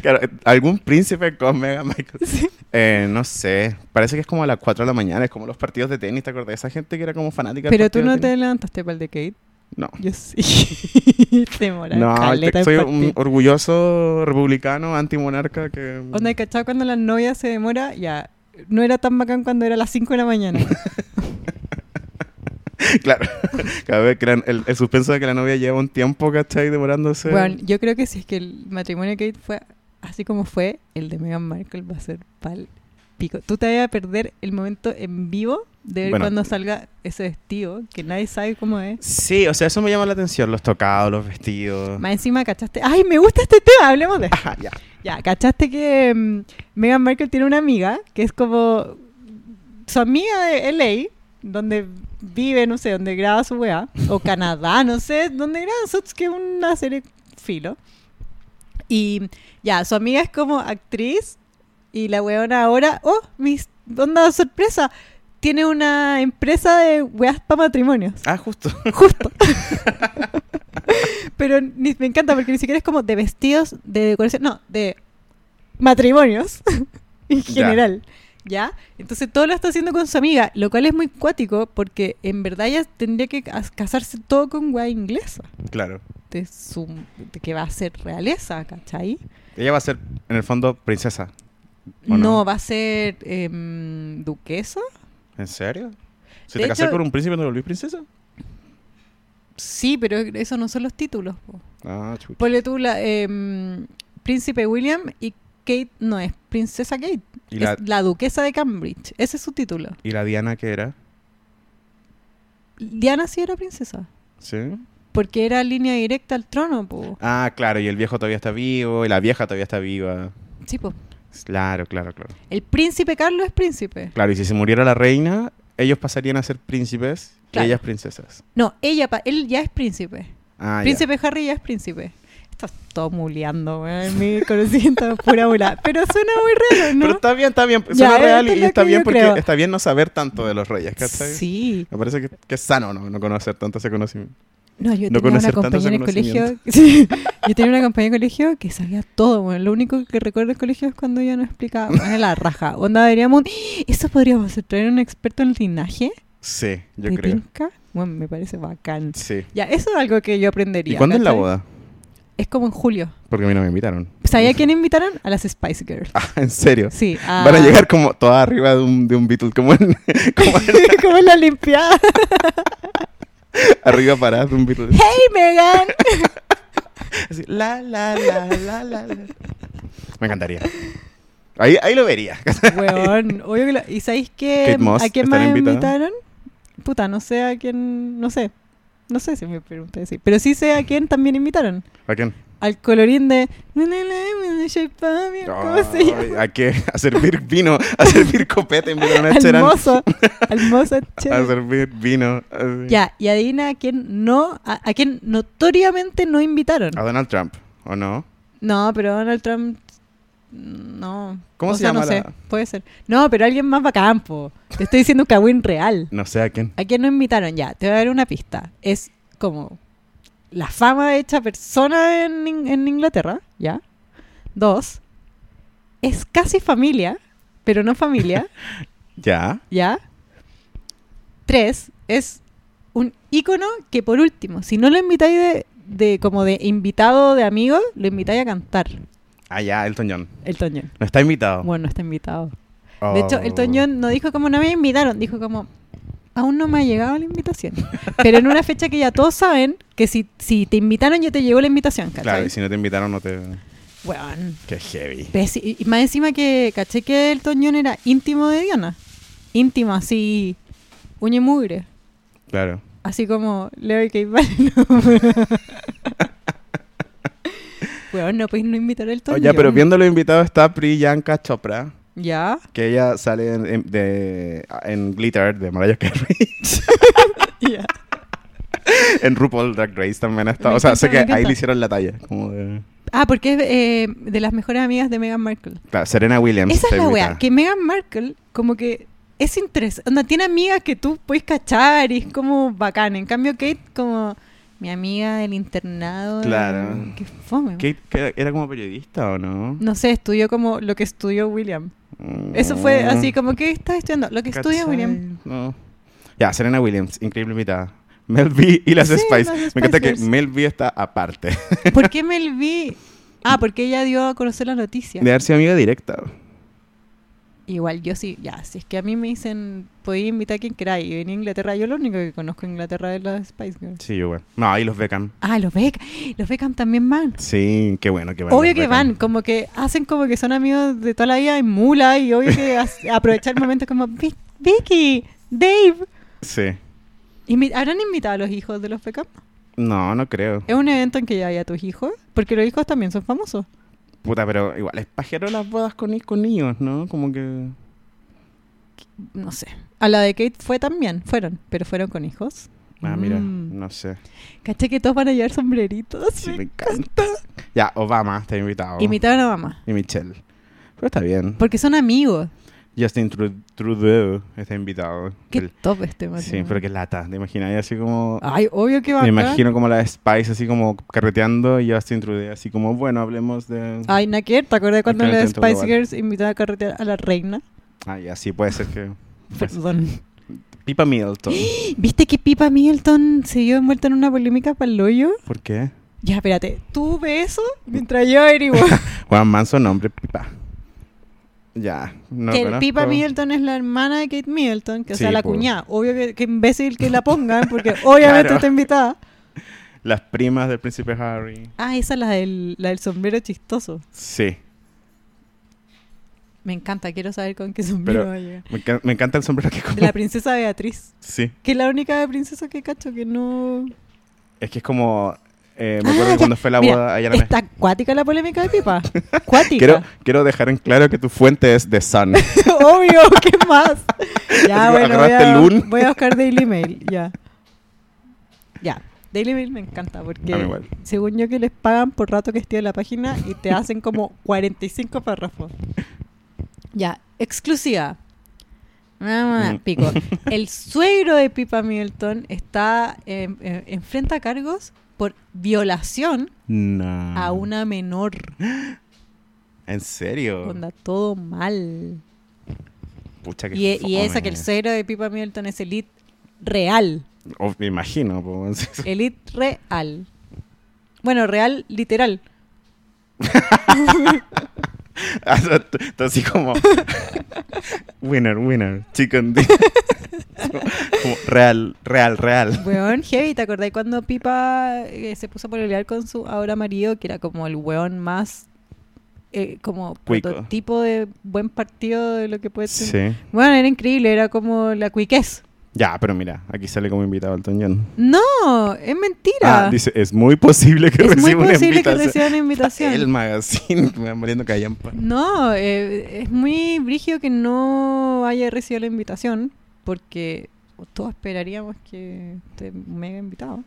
claro, eh, algún príncipe con Mega Michael. Sí. Eh, no sé, parece que es como a las 4 de la mañana, es como los partidos de tenis, ¿te acordás? Esa gente que era como fanática. del Pero tú partido no de te tenis. levantaste para el de Kate. No. Yo sí. te moras. No, te- caleta de soy un partido. orgulloso republicano, antimonarca que... Onda, ¿cachado? Cuando la novia se demora, ya. No era tan bacán cuando era las 5 de la mañana. Claro, cada vez que la- el, el suspenso de que la novia lleva un tiempo, ¿cachai? Demorándose. Bueno, yo creo que si es que el matrimonio de Kate fue así como fue, el de Meghan Markle va a ser pal pico. Tú te vas a perder el momento en vivo de ver Bueno. cuando salga ese vestido, que nadie sabe cómo es. Sí, o sea, eso me llama la atención, los tocados, los vestidos. Más encima, ¿cachaste? ¡Ay, me gusta este tema! Hablemos de Ajá, ya. Ya, ¿cachaste que mm, Meghan Markle tiene una amiga que es como su amiga de LA, donde vive, no sé, donde graba su weá, o Canadá, no sé, donde graban Suits, que es una serie filo. Y ya, su amiga es como actriz y la weona ahora, oh, mis, onda sorpresa, tiene una empresa de weas para matrimonios. Ah, justo. Justo. Pero ni- me encanta porque ni siquiera es como de vestidos, de decoración, no, de matrimonios en Ya. general. ¿Ya? Entonces todo lo está haciendo con su amiga, lo cual es muy cuático porque en verdad ella tendría que cas- casarse todo con weá inglesa, Claro. de su, de que va a ser realeza, ¿cachai? Ella va a ser, en el fondo, princesa. ¿O No? no? va a ser em, duquesa. ¿En serio? Si De te casas hecho- con un príncipe, ¿no te volvís princesa? Sí, pero esos no son los títulos. po. Ah, chucha. Ponle tú la, em, Príncipe William y Kate no es Princesa Kate, ¿Y la, Pues, es la Duquesa de Cambridge. Ese es su título. ¿Y la Diana qué era? Diana sí era princesa, ¿Sí? porque era línea directa al trono, po. Ah, claro, y el viejo todavía está vivo, y la vieja todavía está viva. Sí, po. Claro, claro, claro. El príncipe Carlos es príncipe. Claro, y si se muriera la reina, ellos pasarían a ser príncipes Claro. y ellas princesas. No, ella, pa- él ya es príncipe. Ah, ya. príncipe Harry ya es príncipe. Estás todo muleando, weón. Mi conocimiento es pura bola. Pero suena muy raro, ¿no? Pero está bien, está bien. Suena Ya, real esto es y lo está que bien yo porque creo. está bien no saber tanto de los reyes, ¿cachai? Sí. Me parece que, que es sano no, no conocer tanto ese conocimiento. No, yo No tenía una conocer tanto ese compañera en el colegio. conocimiento. Sí, yo tenía una compañera en el colegio que sabía todo, bueno. Lo único que recuerdo del colegio es cuando ella nos explicaba. Bueno, la raja. Onda, deberíamos. Eso podríamos hacer, traer un experto en linaje. Sí, yo ¿Te creo. tinca? Bueno, me parece bacán. Sí. Ya, eso es algo que yo aprendería. ¿Y cuándo es la ¿cachai? boda? Es como en julio. Porque a mí no me invitaron. ¿Sabía a quién invitaron? A las Spice Girls. Ah, en serio. Sí. ah. a- Van a llegar como todas arriba de un, de un Beatle, como, en- como en- como en la Olimpiada. arriba paradas de un Beatle. ¡Hey, Megan! Así, la, la, la, la, la, la. Me encantaría. Ahí, ahí lo vería. Weón, obvio que lo- ¿Y sabéis qué? Kate Moss ¿A quién estará más invitada. invitaron? Puta, no sé a quién. No sé. No sé si me pregunté así. Pero sí sé a quién también invitaron. ¿A quién? Al colorín de. Ah, ¿Cómo se Ay, llama? ¿A qué? A servir vino, a servir copete en Vino Al Cherán. mozo. Al mozo A chévere. servir vino. así. Ya, y adivina a quién no. A, a quién notoriamente no invitaron. A Donald Trump, ¿o no? No, pero Donald Trump. No. ¿Cómo O se sea, llama No sé, la- puede ser. No, pero alguien más bacán, po. Te estoy diciendo un cagüín real. No sé a quién. ¿A quién no invitaron? Ya, te voy a dar una pista. Es como la fama de esta persona en, In- en Inglaterra, ¿ya? Dos, es casi familia, pero no familia, ¿Ya? ¿ya? Tres, es un ícono que por último, si no lo invitáis de, de como de invitado de amigo, lo invitáis a cantar, Ah, ya, Elton John. el Toñón. No está invitado. Bueno, no está invitado. Oh. De hecho, el Toñón no dijo como no me invitaron, dijo como aún no me ha llegado la invitación. Pero en una fecha que ya todos saben que si, si te invitaron ya te llegó la invitación, Claro, ¿cachai? y si no te invitaron, no te. Weón. Qué heavy. Pesi- Y y más encima que caché que el Toñón era íntimo de Diana. Íntimo, así, uña y mugre. Claro. Así como Leo y Kate Valeno. Weón, no podéis no invitar al Toñón. Oye, Oh, pero viendo los invitados está Priyanka Chopra, Ya. que ella sale en, en- de, en Glitter de Mariah Carey. Ya. en RuPaul Drag Race también ha estado. Me O sea, sé encanta, que me ahí encanta. le hicieron la talla. Como de... Ah, porque es eh, de las mejores amigas de Meghan Markle. Claro, Serena Williams. Esa está es la invitada. weá, que Meghan Markle como que es interesante, onda, tiene amigas que tú puedes cachar y es como bacán. En cambio Kate como mi amiga del internado. Claro. Que fome. Kate, que era- ¿Era como periodista o no? No sé, estudió como lo que estudió William. Eso fue así como que estás estudiando lo que estudia Mm, ¿Cachai? William. No. Ya, Serena Williams, increíble invitada. Mel B y las Sí, Spice. las Me encanta Spice que Girls. Mel B está aparte. ¿Por qué Mel B? Ah, porque ella dio a conocer la noticia. De haber sido amiga directa. Igual yo sí, ya, si es que a mí me dicen, podéis invitar a quien queráis. Y venía a Inglaterra, yo lo único que conozco en Inglaterra es las Spice Girls. Sí, yo, bueno. No, ahí los Beckham. Ah, los Beckham, los Beckham también van. Sí, qué bueno, qué bueno. Obvio que van, como que hacen como que son amigos de toda la vida en mula y obvio que as- aprovechar el momento como "Vi- Vicky, Dave. Sí. Invi- ¿Habrán invitado a los hijos de los Beckham? No, no creo. Es un evento en que ya hay a tus hijos, porque los hijos también son famosos. Puta, pero igual es pajero las bodas con, ni- con niños, ¿no? Como que. No sé. A la de Kate fue también, fueron, pero fueron con hijos. Ah, mira, Mm. no sé. Caché que todos van a llevar sombreritos. Sí, me oh. encanta. Ya, Obama está invitado. Invitaron a mamá, y Michelle. Pero está bien. porque son amigos. Justin Tru- Trudeau está invitado. Qué Ah, El- top este sí, matrimonio. pero qué lata. ¿Te imaginas? Y así como. Ay, obvio que va me imagino como la Spice así como carreteando y Justin Trudeau así como, bueno, hablemos de. Ay, Nakier, ¿te acuerdas cuando Acá en el las centro Spice global. Girls invitaron a carretear a la reina? Ay, así Ah, puede ser que. Pues- Perdón. Pipa Middleton. ¿Viste que Pipa Middleton se vio envuelta en una polémica para el hoyo? ¿Por qué? Ya, espérate, tú ves eso mientras yo averiguo. Juan Manso, nombre Pipa. Ya. No que conozco. Pipa Middleton es la hermana de Kate Middleton, que o sea, Sí, la po. cuñada. Obvio que, que imbécil que la pongan, porque obviamente Claro. está invitada. Las primas del príncipe Harry. Ah, esa es la del, la del sombrero chistoso. Sí. Me encanta, quiero saber con qué sombrero Pero- va a llegar. Me, encan- me encanta el sombrero que como. De la princesa Beatriz, Sí. que es la única de princesa que cacho que no... Es que es como. eh, me Ah, acuerdo que ya. cuando fue la Mira, boda allá en la Está acuática la polémica de Pipa. Cuática. Quiero, quiero dejar en claro que tu fuente es The Sun. Obvio, ¿qué más? Así como Ya, bueno, voy agarraste a, el un. voy a buscar Daily Mail, ya. Ya. Dailymail me encanta porque A mí igual. según yo que les pagan por rato que esté en la página y te hacen como 45 párrafos. Ya, exclusiva. Ah, Mm. pico. El suegro de Pipa Middleton está eh, eh, enfrenta cargos por violación No. a una menor. ¿En serio? Onda, todo mal. Pucha que Y, e- y esa que el fome. suegro de Pipa Middleton es elite real. Oh, me imagino, po, weón. Elite real. Bueno, real literal. Ah, no, t- t- así como winner, winner, chicken dinner. Como real, real, real. Weón heavy, ¿te acordás cuando Pipa eh, se puso a pelear con su ahora marido, que era como el weón más eh, como Cuico. prototipo de buen partido de lo que puede ser? Sí. Bueno, era increíble, era como la cuiquez. Ya, pero mira, aquí sale como invitado Elton John. No, es mentira. Ah, dice, es muy posible que es muy reciba una posible que invitación. reciban invitación. El magazine, me van muriendo callampa. No, eh, es muy brigio que no haya recibido la invitación, porque todos esperaríamos que esté mega invitado.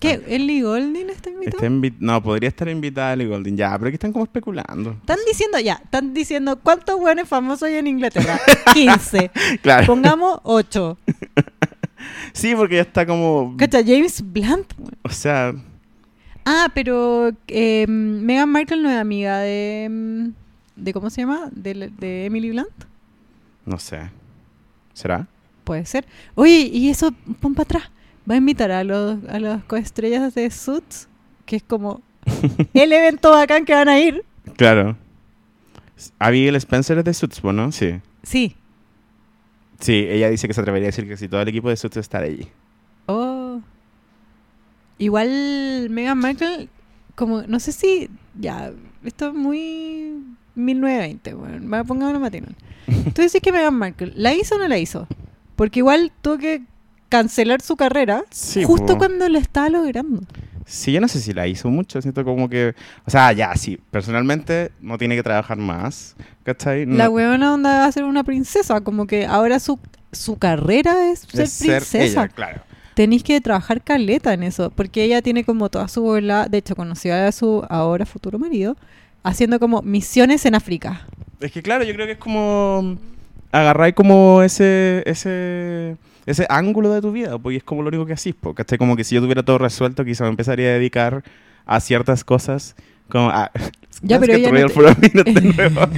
¿Qué? ¿Ellie Golding está invitado? Está invi- no, podría estar invitada Ali Golding. Ya, pero aquí están como especulando. Están diciendo ya, están diciendo cuántos hueones famosos hay en Inglaterra. 15. Claro. Pongamos 8. Sí, porque ya está como. ¿Cacha? James Blunt. weón. O sea, Ah, pero eh, Meghan Markle no es amiga de. mm, de ¿Cómo se llama? De, la- de Emily Blunt. no sé. ¿Será? Puede ser. Oye, y eso, pon para atrás. Va a invitar a los, a las coestrellas de Suits, que es como el evento bacán que van a ir. Claro. Abigail Spencer es de Suits, po, ¿no? Sí. Sí. Sí, ella dice que se atrevería a decir que si todo el equipo de Suits está allí. Oh. Igual Meghan Markle, como, no sé si, ya, esto es muy 1920, bueno, me ponga una matinal. Tú dices que Meghan Markle, ¿la hizo o no la hizo? Porque igual tuvo que cancelar su carrera Sí, justo po. cuando la estaba logrando. Sí, yo no sé si la hizo mucho, siento como que... O sea, ya, sí, personalmente no tiene que trabajar más, ¿cachai? No- La huevona onda va a ser una princesa, como que ahora su, su carrera es ser de princesa. ella, claro. Tenéis que trabajar caleta en eso, porque ella tiene como toda su bola, de hecho conocida a su ahora futuro marido, haciendo como misiones en África. Es que claro, yo creo que es como... Agarrar como ese... ese... Ese ángulo de tu vida, pues y es como lo único que hacís, po, ¿cachai? Como que si yo tuviera todo resuelto, quizá me empezaría a dedicar a ciertas cosas, como ah, a... Ya, Let's pero get ella no real te- for a minute de nuevo.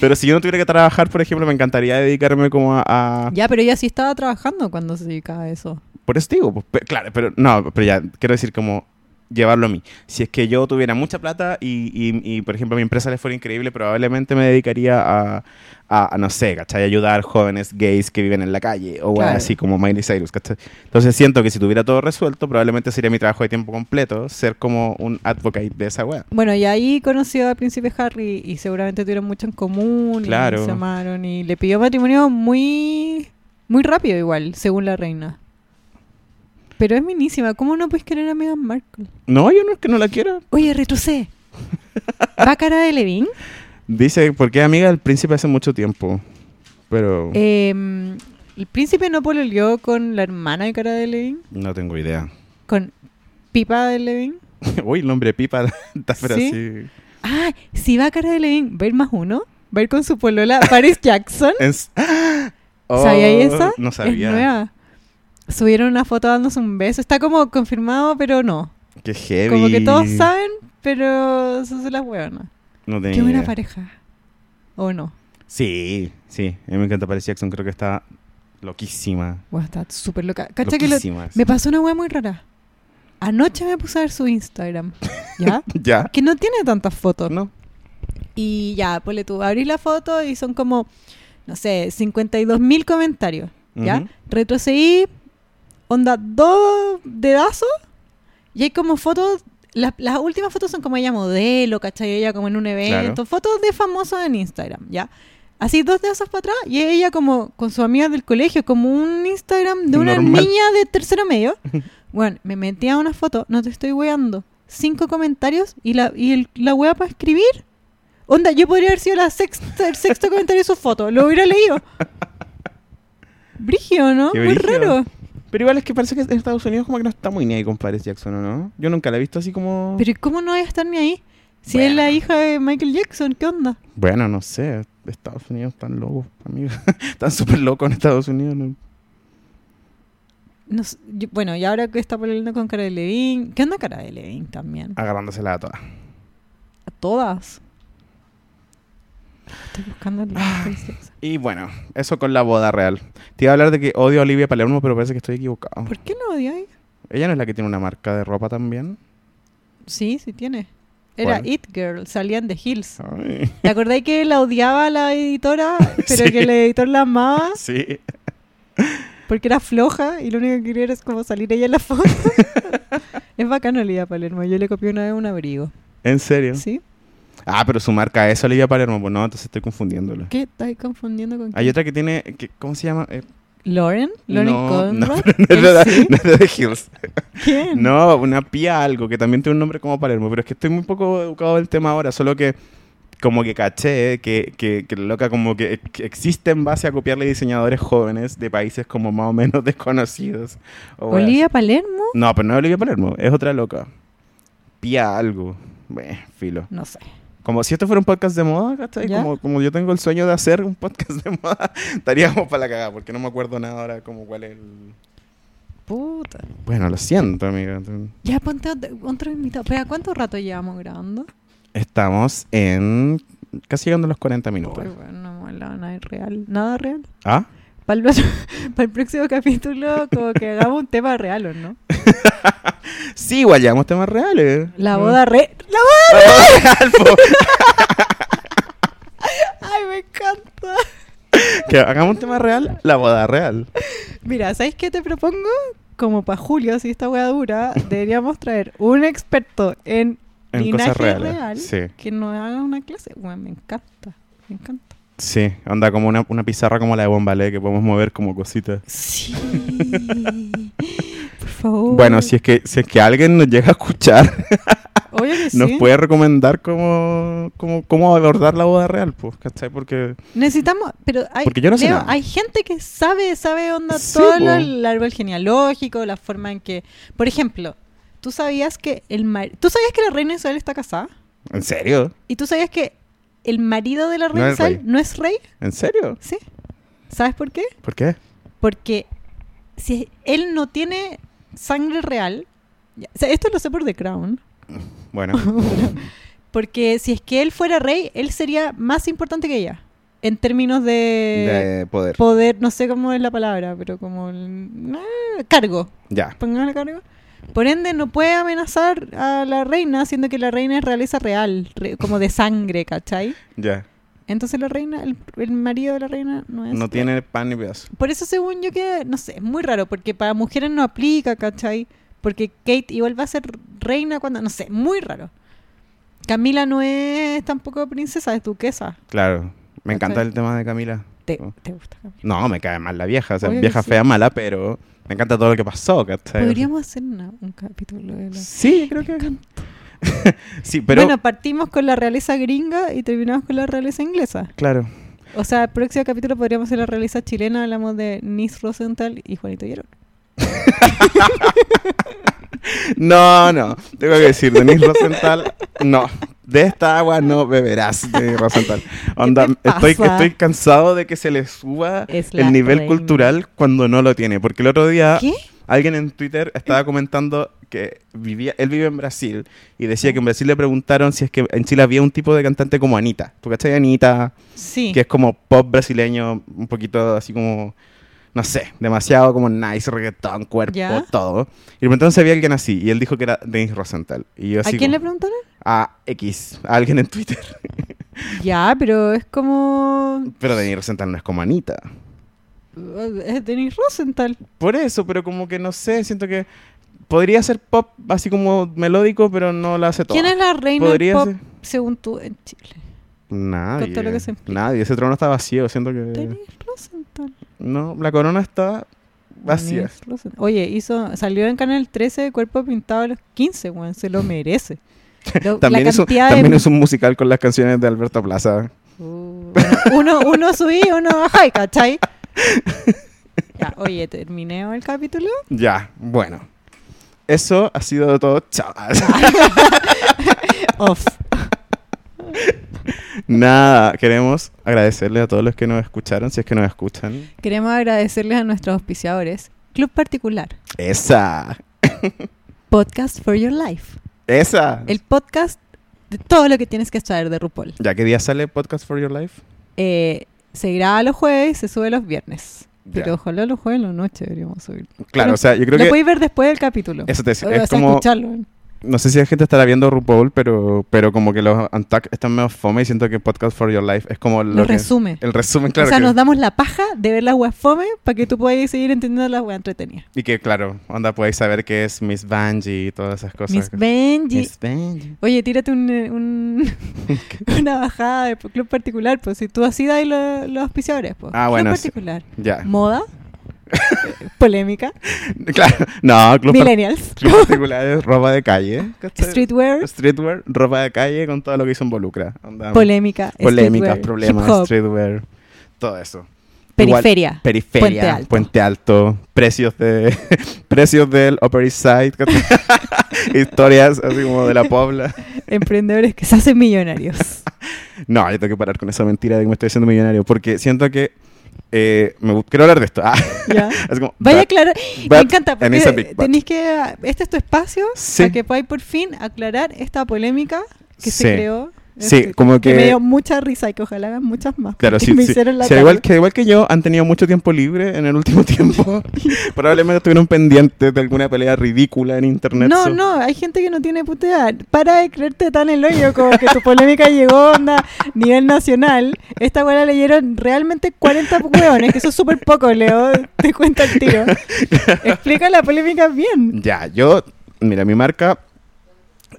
pero si yo no tuviera que trabajar, por ejemplo, me encantaría dedicarme como a- a Ya, pero ella sí estaba trabajando cuando se dedicaba a eso. Por eso te digo, pues, pe- claro, pero no, pero ya, quiero decir como llevarlo a mí. Si es que yo tuviera mucha plata y, y- y, por ejemplo, a mi empresa le fuera increíble, probablemente me dedicaría a, a- a, no sé, ¿cachai? Ayudar jóvenes gays que viven en la calle o weas Claro. así como Miley Cyrus, ¿cachai? Entonces siento que si tuviera todo resuelto, probablemente sería mi trabajo de tiempo completo ser como un advocate de esa wea. Bueno, y ahí conoció al príncipe Harry y seguramente tuvieron mucho en común. Claro. Y se amaron y le pidió matrimonio muy, muy rápido igual, según la reina. Pero es minísima. ¿Cómo no puedes querer a Meghan Markle? No, yo no es que no la quiera. Oye, retrocede. ¿Va cara de Levin? Dice, porque es amiga del príncipe hace mucho tiempo. Pero Eh, el príncipe no pololeó con la hermana de cara de Levin, no tengo idea. con Pipa de Levin. Uy, el nombre pipa está pero Sí. así. Ah, si va cara de Levin, va a ir más uno, va a ir con su polola Paris Jackson. En s- Oh, ¿Sabía esa? No Es sabía. nueva. Subieron una foto dándose un beso. Está como confirmado, pero no. Qué heavy. Como que todos saben, pero eso se las hueonas. No tenía Qué buena idea. pareja. ¿O no? Sí, sí. A mí me encanta Paris Jackson. Creo que está loquísima. Bueno, está súper loca. Cacha que lo- Loquísima. me pasó una hueá muy rara. Anoche me puse a ver su Instagram. ¿Ya? ¿Ya? que no tiene tantas fotos. No. Y ya, ponle tú, abrís la foto y son como, no sé, 52 mil comentarios. ¿Ya? Ujú. Retrocedí, onda, dos dedazos. Y hay como fotos, las, las últimas fotos son como ella modelo, ¿cachai? Ella como en un evento, fotos de famosos en Instagram, ¿ya? Así dos dedazos para atrás y ella como con sus amigas del colegio, como un Instagram de una Normal. niña de tercero medio. Bueno, me metí a una foto, no te estoy weando. Cinco comentarios y la, y el- la wea para escribir. Onda, yo podría haber sido la sexta, el sexto comentario de su foto. Lo hubiera leído. Brigio, ¿no? Qué Muy brígido. raro. Pero igual es que parece que en Estados Unidos como que no está muy ni ahí con Paris Jackson, ¿o no? Yo nunca la he visto así como... Pero ¿y cómo no va a estar ni ahí? Si es Bueno. la hija de Michael Jackson, ¿qué onda? Bueno, no sé. Estados Unidos están locos, amigos. están súper locos en Estados Unidos. ¿no? No sé, yo- bueno, y ahora que está peleando con Cara de Levin, ¿qué onda Cara de Levin también? Ah. Agarrándosela a todas. A todas. Estoy buscando Ah. el Jackson. Y bueno, eso con la boda real. Te iba a hablar de que odio a Olivia Palermo, pero parece que estoy equivocado. ¿Por qué no odiáis? Ella no es la que tiene una marca de ropa también. Sí, sí tiene. Era ¿Cuál? It Girl, salían de Hills. Ay, ¿Te acordáis que la odiaba a la editora, pero Sí. que el editor la amaba sí. porque era floja y lo único que quería era es como salir ella en la foto? es bacano Olivia Palermo. Yo le copié una vez un abrigo. ¿En serio? ¿Sí? Ah, pero su marca es Olivia Palermo. Pues no, entonces estoy confundiéndola. ¿Qué estáis confundiendo con Hay quién? otra que tiene... que- ¿Cómo se llama? Eh, ¿Lauren? ¿Lauren no, Conrad? No, pero no es de ¿Él la- sí? no es de The Hills. ¿Quién? No, una pía algo, que también tiene un nombre como Palermo, pero es que estoy muy poco educado del tema ahora, solo que como que caché que, que, que la loca como que ex- existe en base a copiarle diseñadores jóvenes de países como más o menos desconocidos. o weas. ¿Olivia Palermo? No, pero no es Olivia Palermo, es otra loca. Pía algo. Bueno, filo. No sé. Como si esto fuera un podcast de moda, ¿cachai? ¿Ya? Como, como yo tengo el sueño de hacer un podcast de moda, estaríamos para la cagada, porque no me acuerdo nada ahora como cuál es el... Puta. Bueno, lo siento, amiga. Ya ponte ot- otro invitado. Espera, ¿cuánto rato llevamos grabando? Estamos en casi llegando a los 40 minutos. Uy, bueno, no pues. me hablaba nada real. Nada real. ¿Ah? Para el, próximo capítulo, como que hagamos un tema real, ¿o no? Sí, igual llevamos temas reales. Mm. La boda re... ¡La boda! La boda real, po. ¡Ay, me encanta! que hagamos un tema real, la boda real. Mira, ¿sabes qué te propongo? Como para Julio, si esta wea dura, deberíamos traer un experto en, En linaje cosas reales. real Sí, que nos haga una clase. Bueno, me encanta, me encanta. sí. Onda como una, una pizarra como la de Bombalé que podemos mover como cositas. Sí. Por favor. Bueno, si es que si es que alguien nos llega a escuchar, Obvio que nos sí. puede recomendar cómo, cómo, cómo abordar la boda real, pues, ¿cachai? Porque Necesitamos, pero hay, Porque yo no sé Leo, nada. hay gente que sabe, sabe onda Sí, todo po. lo- el árbol genealógico, la forma en que, por ejemplo, tú sabías que el mar- tú sabías que la reina Isabel está casada ¿En serio? y tú sabías que el marido de la reina es Isabel rey. no es rey, ¿En serio? ¿sí? ¿Sabes por qué? ¿Por qué? Porque si él no tiene sangre real, ya- o sea, esto lo sé por The Crown. Bueno, Porque si es que él fuera rey, él sería más importante que ella en términos de poder. poder, no sé cómo es la palabra, pero como el- ah, cargo, ya. pongámosle cargo. Por ende, no puede amenazar a la reina, siendo que la reina es realeza real, re- como de sangre, ¿cachai? Ya. Entonces la reina, el, el marido de la reina no es... No tiene pan ni pedazo. Por eso, según yo, que, no sé, es muy raro, porque para mujeres no aplica, ¿cachai? Porque Kate igual va a ser reina cuando, no sé, muy raro. Camila no es tampoco princesa, es duquesa. Claro. Me encanta ¿Cachai? el tema de Camila. ¿Te, Oh. te gusta Camila? No, me cae mal la vieja, o sea, Obvio que vieja sí. fea, mala, pero me encanta todo lo que pasó, ¿cachai? Podríamos hacer una- un capítulo de la... Sí, creo que... sí, pero... Bueno, partimos con la realeza gringa y terminamos con la realeza inglesa. claro. O sea, el próximo capítulo podríamos hacer la realeza chilena. Hablamos de Nis Rosenthal y Juanito Hierro. No, no, tengo que decir, Denise Rosenthal, no. De esta agua no beberás, Denise Rosenthal. Onda, te estoy, pasa? estoy cansado de que se le suba Es la el nivel reina. cultural cuando no lo tiene, porque el otro día... ¿Qué? Alguien en Twitter estaba comentando que vivía, él vive en Brasil y decía que en Brasil le preguntaron si es que en Chile había un tipo de cantante como Anita. ¿Tú cachai Anita? Sí. Que es como pop brasileño, un poquito así como, no sé, demasiado como nice, reggaetón, cuerpo, ¿Ya? todo. Y le preguntaron si había alguien así y él dijo que era Dennis Rosenthal. Y yo ¿A así quién le como, preguntaron? A X, a alguien en Twitter. Ya, pero es como... Pero Dennis Rosenthal no es como Anita. Es Denis eh, Rosenthal. Por eso, pero como que no sé, siento que podría ser pop así como melódico, pero no la hace todo. ¿Quién es la reina del Podría pop, ser. según tú, en Chile? Nadie. Con todo lo que se implica. Nadie. Ese trono está vacío. Siento que. Denis Rosenthal. No, la corona está vacía. Denise Rosenthal. Oye, hizo, salió en Canal 13 de cuerpo pintado a los 15, weón. Se lo merece. Lo- También, la es un, cantidad también de... es un musical con las canciones de Alberto Plaza. Uh, bueno, uno, uno subí, uno bajá, ¿cachai? Ya, oye, terminé el capítulo. Ya, bueno. Eso ha sido todo. Chao. Off. Nada, queremos agradecerle a todos los que nos escucharon, si es que nos escuchan. Queremos agradecerles a nuestros auspiciadores. Club Particular. Esa, Podcast for Your Life. esa. El podcast de todo lo que tienes que saber de RuPaul. ¿Ya qué día sale Podcast for Your Life? Eh, se graba los jueves, se sube los viernes. Pero Ya. ojalá los jueves en la noche deberíamos subir. Claro, o sea, yo creo lo que... podéis ver después del capítulo. Eso te O decía, es sea, como... escucharlo. No sé si la gente estará viendo RuPaul, pero, pero como que los Untuck están medio fome y siento que Podcast for Your Life es como lo Nos que- resume. el resumen, claro. o sea, que- nos damos la paja de ver las weas fome para que tú puedas seguir entendiendo las weas entretenidas. Y que, claro, onda, podéis saber qué es Miss Bungie y todas esas cosas. Miss Benji. Miss Bungie. Oye, tírate un, eh, un- una bajada de club particular, pues si tú así dais lo- los auspiciadores, pues. Ah, club bueno, sí. Ah. particular. Ya. Moda. Polémica. Claro. No, club, par- millennials. club particular es ropa de calle. ¿cachai? Streetwear. Streetwear, ropa de calle con todo lo que eso involucra. Onda, Polémica. polémicas, streetwear, problemas, hip hop, streetwear, todo eso. Igual- periferia. Periferia, Puente Alto. Puente Alto, precios de precios del Upper East Side, ¿cachai? historias así como de la Pobla. Emprendedores que se hacen millonarios. No, yo tengo que parar con esa mentira de que me estoy haciendo millonario porque siento que eh, me gu- quiero hablar de esto. Ah, ¿Ya? es como Vaya a but- aclarar. Me but- encanta and it's a porque big but. tenéis que. Este es tu espacio Sí. a que podáis por fin aclarar esta polémica que Sí. se creó. Sí, Este, como que- me dio mucha risa y que ojalá hagan muchas más. Claro, porque sí, me sí. hicieron la Sí, al cara. igual que, igual que yo, han tenido mucho tiempo libre en el último tiempo. Probablemente estuvieron pendientes de alguna pelea ridícula en internet. No, so- no, hay gente que no tiene putea. Para de creerte tan el hoyo, como que tu polémica llegó onda nivel nacional. Esta weá la leyeron realmente 40 hueones, que eso es súper poco, Leo. Te cuento el tiro. Explica la polémica bien. Ya, yo, mira, mi marca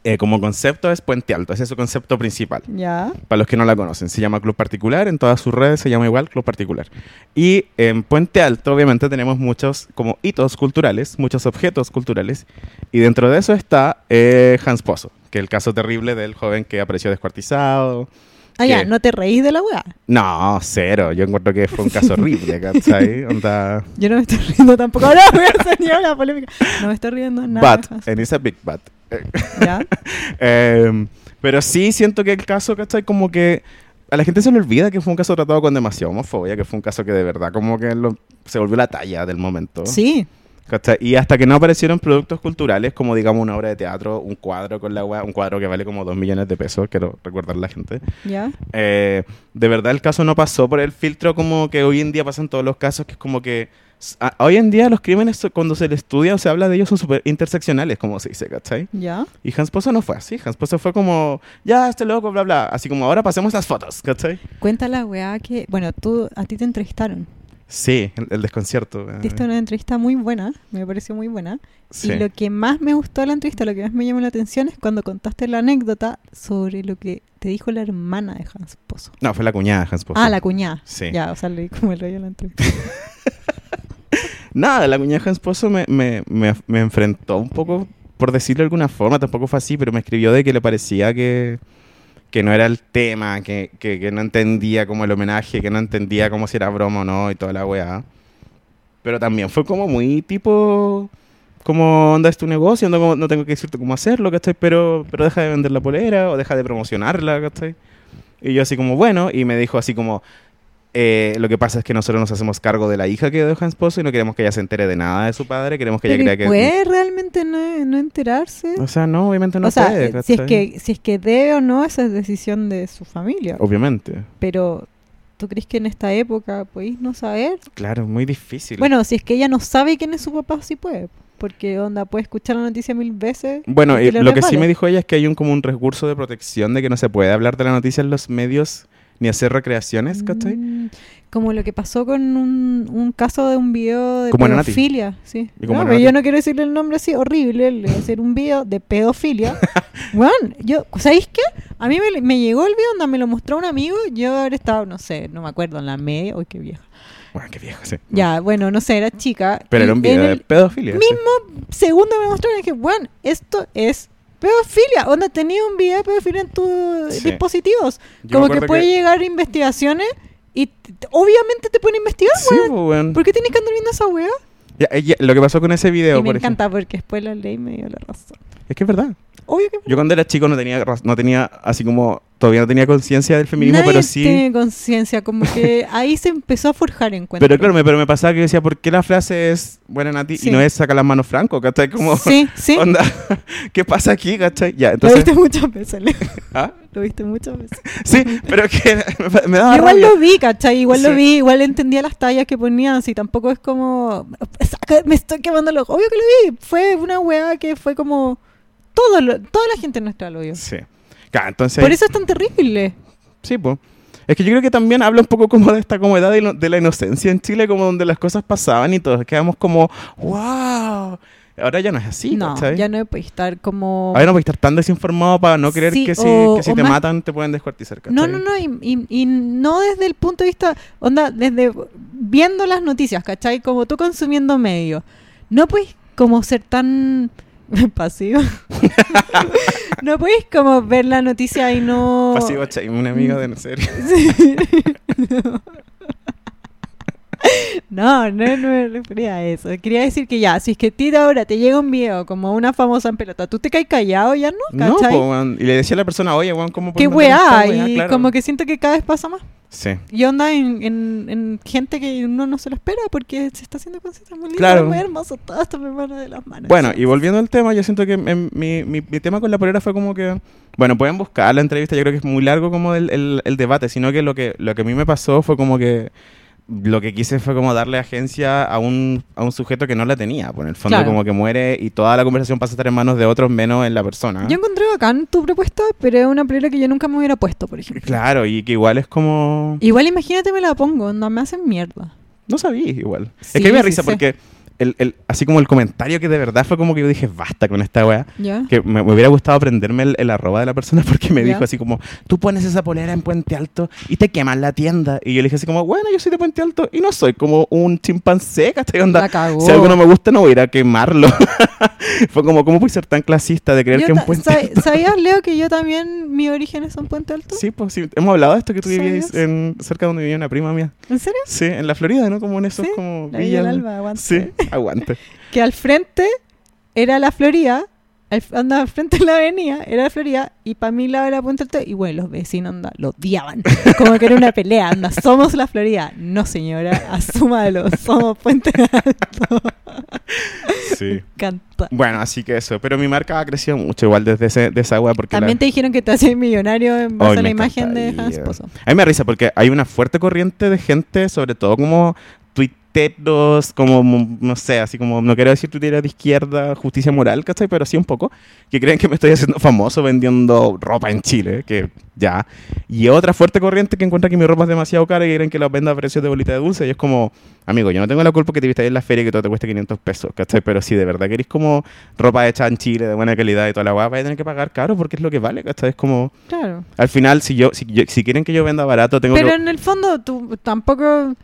eh, como concepto es Puente Alto, ese es su concepto principal. Ya. Para los que no la conocen, se llama Club Particular, en todas sus redes se llama igual Club Particular. Y en Puente Alto, obviamente, tenemos muchos como hitos culturales, muchos objetos culturales, y dentro de eso está eh, Hans Pozo, que es el caso terrible del joven que apareció descuartizado. Ah, ya, ¿Qué? no te reís de la weá. No, cero, yo encuentro que fue un caso horrible, ¿cachai? Onda... Yo no me estoy riendo tampoco. Ahora voy a hacer ni la polémica. No me estoy riendo de nada. But, eh. Hans. and it's a big but. Ya. Eh, pero sí siento que el caso, ¿cachai? Como que a la gente se le olvida que fue un caso tratado con demasiada homofobia, que fue un caso que de verdad como que lo- se volvió la talla del momento. Sí. ¿cachai? Y hasta que no aparecieron productos culturales, como digamos una obra de teatro, un cuadro con la wea, un cuadro que vale como dos millones de pesos, quiero recordar a la gente. Ya. Eh, de verdad el caso no pasó por el filtro como que hoy en día pasan todos los casos, que es como que... s- a- Hoy en día los crímenes so- cuando se le estudia o se habla de ellos son súper interseccionales, como se dice, ¿cachai? Ya. Y Hans Pozo no fue así. Hans Pozo fue como, ya, este loco, bla, bla. Así como, ahora pasemos las fotos, ¿cachai? Cuenta la weá que. Bueno, tú, a ti te entrevistaron. Sí, el, el desconcierto. eh, Diste una entrevista muy buena. Me pareció muy buena. sí. Y lo que más me gustó de la entrevista, lo que más me llamó la atención es cuando contaste la anécdota sobre lo que te dijo la hermana de Hans Pozo. No, fue la cuñada de Hans Pozo. Ah, la cuñada. Sí. Ya, o sea, leí como el rollo de la entrevista. Nada, la cuñada de Hans Pozo me, me, me, me enfrentó un poco, por decirlo de alguna forma, tampoco fue así, pero me escribió de que le parecía que, que no era el tema, que, que, que no entendía como el homenaje, que no entendía como si era broma o no y toda la weá. Pero también fue como muy tipo, como onda es tu negocio, no, como- no tengo que decirte cómo hacerlo, ¿cachai? Pero, pero deja de vender la polera o deja de promocionarla, ¿cachai? Y yo así como, bueno, y me dijo así como, eh, lo que pasa es que nosotros nos hacemos cargo de la hija que quedó Hans Pozo y no queremos que ella se entere de nada de su padre, queremos que ella crea Pero que... ¿y ¿Puede realmente no, no enterarse? O sea, no, obviamente no o sea, puede, eh, si, ¿cachai? es Oh. que, si es que debe o no, esa es decisión de su familia. Obviamente. Pero, ¿tú crees que en esta época podéis no saber? Claro, muy difícil. Bueno, si es que ella no sabe quién es su papá, sí puede. Porque, onda, puede escuchar la noticia mil veces. Bueno, y eh. y que le lo que sí resbale. me dijo ella es que hay un como un recurso de protección de que no se puede hablar de la noticia en los medios ni hacer recreaciones, ¿cachai? Mm, Como lo que pasó con un, un caso de un video de Como en Nati. pedofilia. Sí. Y como No, en pero Nati. yo no quiero decirle el nombre así, horrible, le voy a hacer un video de pedofilia. Weón, yo, ¿sabéis qué? A mí me, me llegó el video, onda, me lo mostró un amigo, yo habré estado, no sé, no me acuerdo, en la media, uy, qué vieja. Bueno, qué viejo, sí. Ya, bueno, no sé, era chica. Mm. Pero y era un video en de el pedofilia. sí. mismo segundo que me mostraron, dije, weón, esto es pedofilia. Onda, tenía un video de pedofilia en tus Sí. dispositivos. Yo me Como que acuerdo puede llegar investigaciones Y t- t- obviamente te pone a investigar, Sí, weón. pues, weón. ¿Por qué tienes que andar viendo esa weá? Ya, eh, ya, lo que pasó con ese video, Y me por ejemplo. encanta porque después la ley me dio la razón. Es que es verdad. Obvio que Yo cuando era chico no tenía, raz- no tenía así como, todavía no tenía conciencia del feminismo, Nadie pero sí... tiene conciencia, como que ahí se empezó a forjar en cuenta. Pero claro, me, pero me pasaba que decía, ¿por qué la frase es buena Nati Sí. y no es saca las manos franco? ¿Cachai? Como, Sí, sí. onda, ¿qué pasa aquí? ¿Cachai? Ya, Lo entonces... viste muchas veces, Leo. ¿Ah? Lo viste muchas veces. Sí, pero que me, pa- me Yo daba igual Ah, rabia. lo vi, ¿cachai? Igual lo Sí. vi, igual entendía las tallas que ponían, así tampoco es como... "Saca, Me estoy quemando los... Obvio que lo vi. Fue una weá que fue como... Todo lo- toda la gente en nuestra lo vio. Sí. Claro, entonces... Por eso es tan terrible. Sí, pues. Es que yo creo que también habla un poco como de esta como edad de, ino- de la inocencia en Chile, como donde las cosas pasaban y todos quedamos como, wow. Ahora ya no es así, no, ¿cachai? ya no puede estar como... Ahora no voy a estar tan desinformado para no creer Sí, que si, o- que si o te más- matan te pueden descuartizar, ¿cachai? No, no, no, y, y- y no desde el punto de vista, onda, desde viendo las noticias, ¿cachai? Como tú consumiendo medios. No puedes como ser tan pasivo. no puedes como ver la noticia y no... Pasivo Chaim, una amiga de en serio. Sí. No, no, no me refería a eso. Quería decir que ya, si es que tira ahora te llega un video como una famosa en pelota, tú te caes callado ya no, No, po, ¿cachai? weón. pues, Y le decía a la persona, oye, weón, ¿cómo Qué puedes meter weá, esta weá?" y Claro. como que siento que cada vez pasa más. Sí. Y onda en, en, en gente que uno no se lo espera porque se está haciendo cositas muy lindas, Claro. muy hermosas, todo esto me van de las manos. Bueno, y volviendo al tema, yo siento que em, mi, mi- mi tema con la polera fue como que... Bueno, pueden buscar la entrevista, yo creo que es muy largo como el, el- el debate, sino que lo, que lo que a mí me pasó fue como que... Lo que quise fue como darle agencia a un, a un sujeto que no la tenía, por el fondo Claro. como que muere y toda la conversación pasa a estar en manos de otros menos en la persona. Yo encontré bacán tu propuesta, pero es una película que yo nunca me hubiera puesto, por ejemplo. Claro, y que igual es como... Igual imagínate me la pongo, no me hacen mierda. No sabía igual. Sí, es que me da sí risa sé. porque el, el- así como el comentario que de verdad fue como que yo dije, basta con esta weá. ¿Ya? Que me, me hubiera gustado aprenderme el, el arroba de la persona porque me Ya. dijo así como, tú pones esa polera en Puente Alto y te quemas la tienda. Y yo le dije así como, bueno, yo soy de Puente Alto y no soy como un chimpancé, ¿cachai? Onda, La cagó. si algo no me gusta no voy a ir a quemarlo. Fue como, ¿cómo pude ser tan clasista de creer Yo que un ta- puente... sa- ¿Sabías, Leo, que yo también, mis orígenes son Puente Alto? Sí, pues sí, hemos hablado de esto que tú vivías ¿Sabías? en, cerca de donde vivía una prima mía. ¿En serio? Sí, en la Florida, ¿no? Como en esos Sí, como La Villa del villas. Alba, aguanta. Sí, aguante. Que al frente era la Florida, al, anda, al frente de la avenida era la Florida, y para mí la era Puente Alto, y bueno, los vecinos, anda, lo odiaban. Como que era una pelea, anda, somos la Florida. No, señora, asúmalo, somos Puente Alto. Sí. Canta. Bueno, así que eso. Pero mi marca ha crecido mucho igual desde, ese- de esa wea porque... la- También te dijeron que te hacías millonario Ay, en base a me la imagen de Hans encantaría. Pozo. A mí me da risa porque hay una fuerte corriente de gente, sobre todo como tuiteros, como, mo- no sé, así como, no quiero decir tuiteros de izquierda, justicia moral, ¿cachai? Pero sí un poco, que creen que me estoy haciendo famoso vendiendo ropa en Chile, que ya. Y otra fuerte corriente que encuentra que mi ropa es demasiado cara y creen que la venda a precios de bolita de dulce. Y es como, amigo, yo no tengo la culpa que te viste ahí en la feria y que todo te cueste 500 pesos, ¿cachai? Pero si de verdad querés como ropa hecha en Chile, de buena calidad y toda la guapa, vas a tener que pagar caro porque es lo que vale, ¿cachai? Es como... Claro. Al final, si yo, si, yo- si quieren que yo venda barato, tengo Pero que... en el fondo, tú tampoco.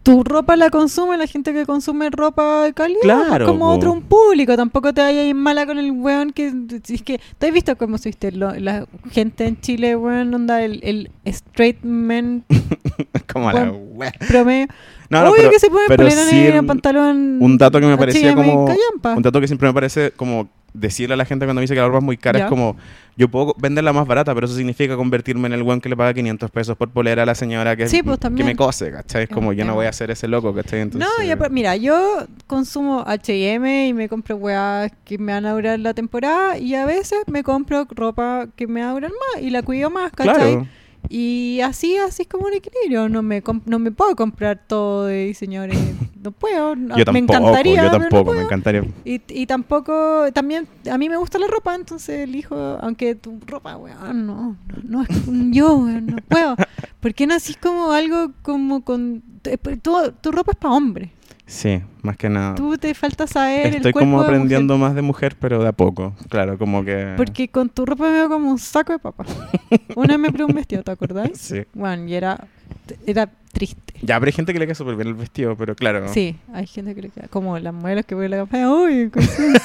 Tu ropa la consume la gente que consume ropa de calidad. Claro, Como po. otro un público. Tampoco te vayas a ir mala con el weón que. si Es que. ¿Tú has visto cómo se viste lo- la gente en Chile, weón? Onda, el, el straight man como la Bueno, wea. promedio. No, no, Obvio pero que se pone pero polera sí negra, un- pantalón. un dato que me parecía parecía como- un dato que siempre me parece como decirle a la gente cuando me dice que la ropa es muy cara Ya. es como yo puedo venderla más barata, pero eso significa convertirme en el weón que le paga 500 pesos por polera a la señora que, Sí, pues, que me también. cose, ¿cachai? Es Es como un yo no tema. voy a ser ese loco, ¿cachai? Entonces, No, ya, pero mira, yo consumo H&M y me compro weas que me van a durar la temporada y a veces me compro ropa que me va a durar más y la cuido más, ¿cachai? claro. Y así, así es como un equilibrio. No me, comp- no me puedo comprar todo de diseñadores. No puedo. no- Yo tampoco, me encantaría. pues. yo pero no tampoco, puedo. me encantaría. Y, y tampoco, también, a mí me gusta la ropa, entonces elijo, aunque tu ropa, weón, no, no, no es yo, weón, no puedo. ¿Por qué no haces como algo como con... eh, pues, Tu, tu ropa es para hombre. Sí, más que nada. Tú te falta saber el Ah. Estoy cuerpo como de mujer, aprendiendo eh. más de mujer, pero de a poco. Claro, como que... porque con tu ropa me veo como un saco de papas. Una vez me probé un vestido, ¿te acordás? Sí. Bueno, y era era triste. Ya, pero hay gente que le queda súper bien el vestido, pero claro. Sí, hay gente que le queda. Como las modelos que vuelven la campaña. ¡Uy! con su-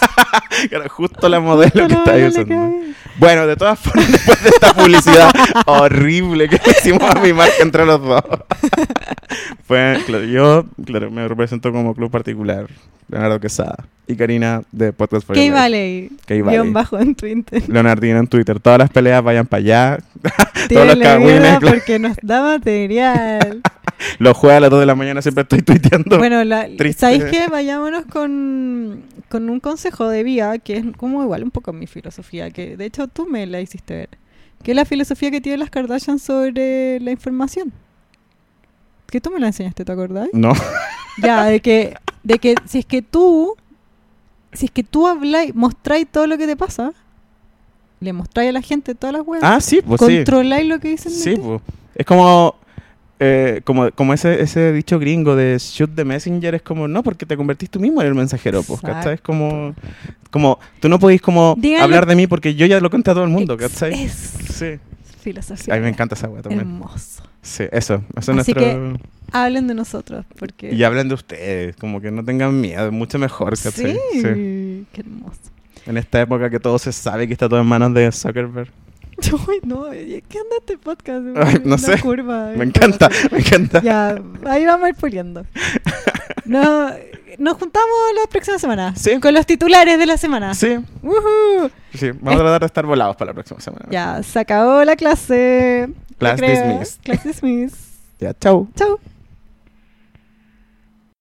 Claro, justo la modelo con que la está ahí modelo que usando. hay. Bueno, de todas formas, después de esta publicidad horrible que le hicimos a mi marca entre los dos. Fue, claro, yo, claro, me represento como club particular, Leonardo Quesada. Y Karina de Podcast for Kay Your Life. Valley. Kay Valley. Guión bajo en Twitter. Leonardino en Twitter. Todas las peleas vayan para allá. Tírenle cagüines, mierda claro. porque nos da material. Los jueves a las 2 de la mañana siempre estoy tuiteando. Bueno, la, Triste. ¿sabéis qué? Vayámonos con, con un consejo de vida que es como igual un poco mi filosofía, que de hecho tú me la hiciste ver, que es la filosofía que tienen las Kardashian sobre la información. Que tú me la enseñaste, ¿te acordás? No, ya, de que, de que si es que tú, si es que tú habláis, mostráis todo lo que te pasa, le mostráis a la gente todas las weas, Ah, sí, pues sí. controláis lo que dicen de Sí, ti. pues. Es como, eh, como, como ese, ese dicho gringo de shoot the messenger. Es como, no, porque te convertís tú mismo en el mensajero, pues, ¿cachai? Es como, como, tú no podéis como Díganlo- hablar de mí porque yo ya lo conté a todo el mundo, Ex- ¿cachai? Es Sí. filosofía. A mí me encanta esa weá también. Hermoso. Sí, eso. Eso es Así nuestro... hablen de nosotros, porque... Y hablen de ustedes, como que no tengan miedo, es mucho mejor, sí, ¿cachai? Sí. qué hermoso. En esta época que todo se sabe que está todo en manos de Zuckerberg. Uy, no, ¿qué onda este podcast? Ay, no Una sé. curva de Me encanta, información. me encanta. Ya, ahí vamos a ir puliendo. No, nos juntamos la próxima semana Sí. con los titulares de la semana. Sí, Woohoo. sí, vamos a tratar de estar volados para la próxima semana. Ya, se acabó la clase. Class Recreo. dismissed. Class dismissed. Ya, chau. Chau.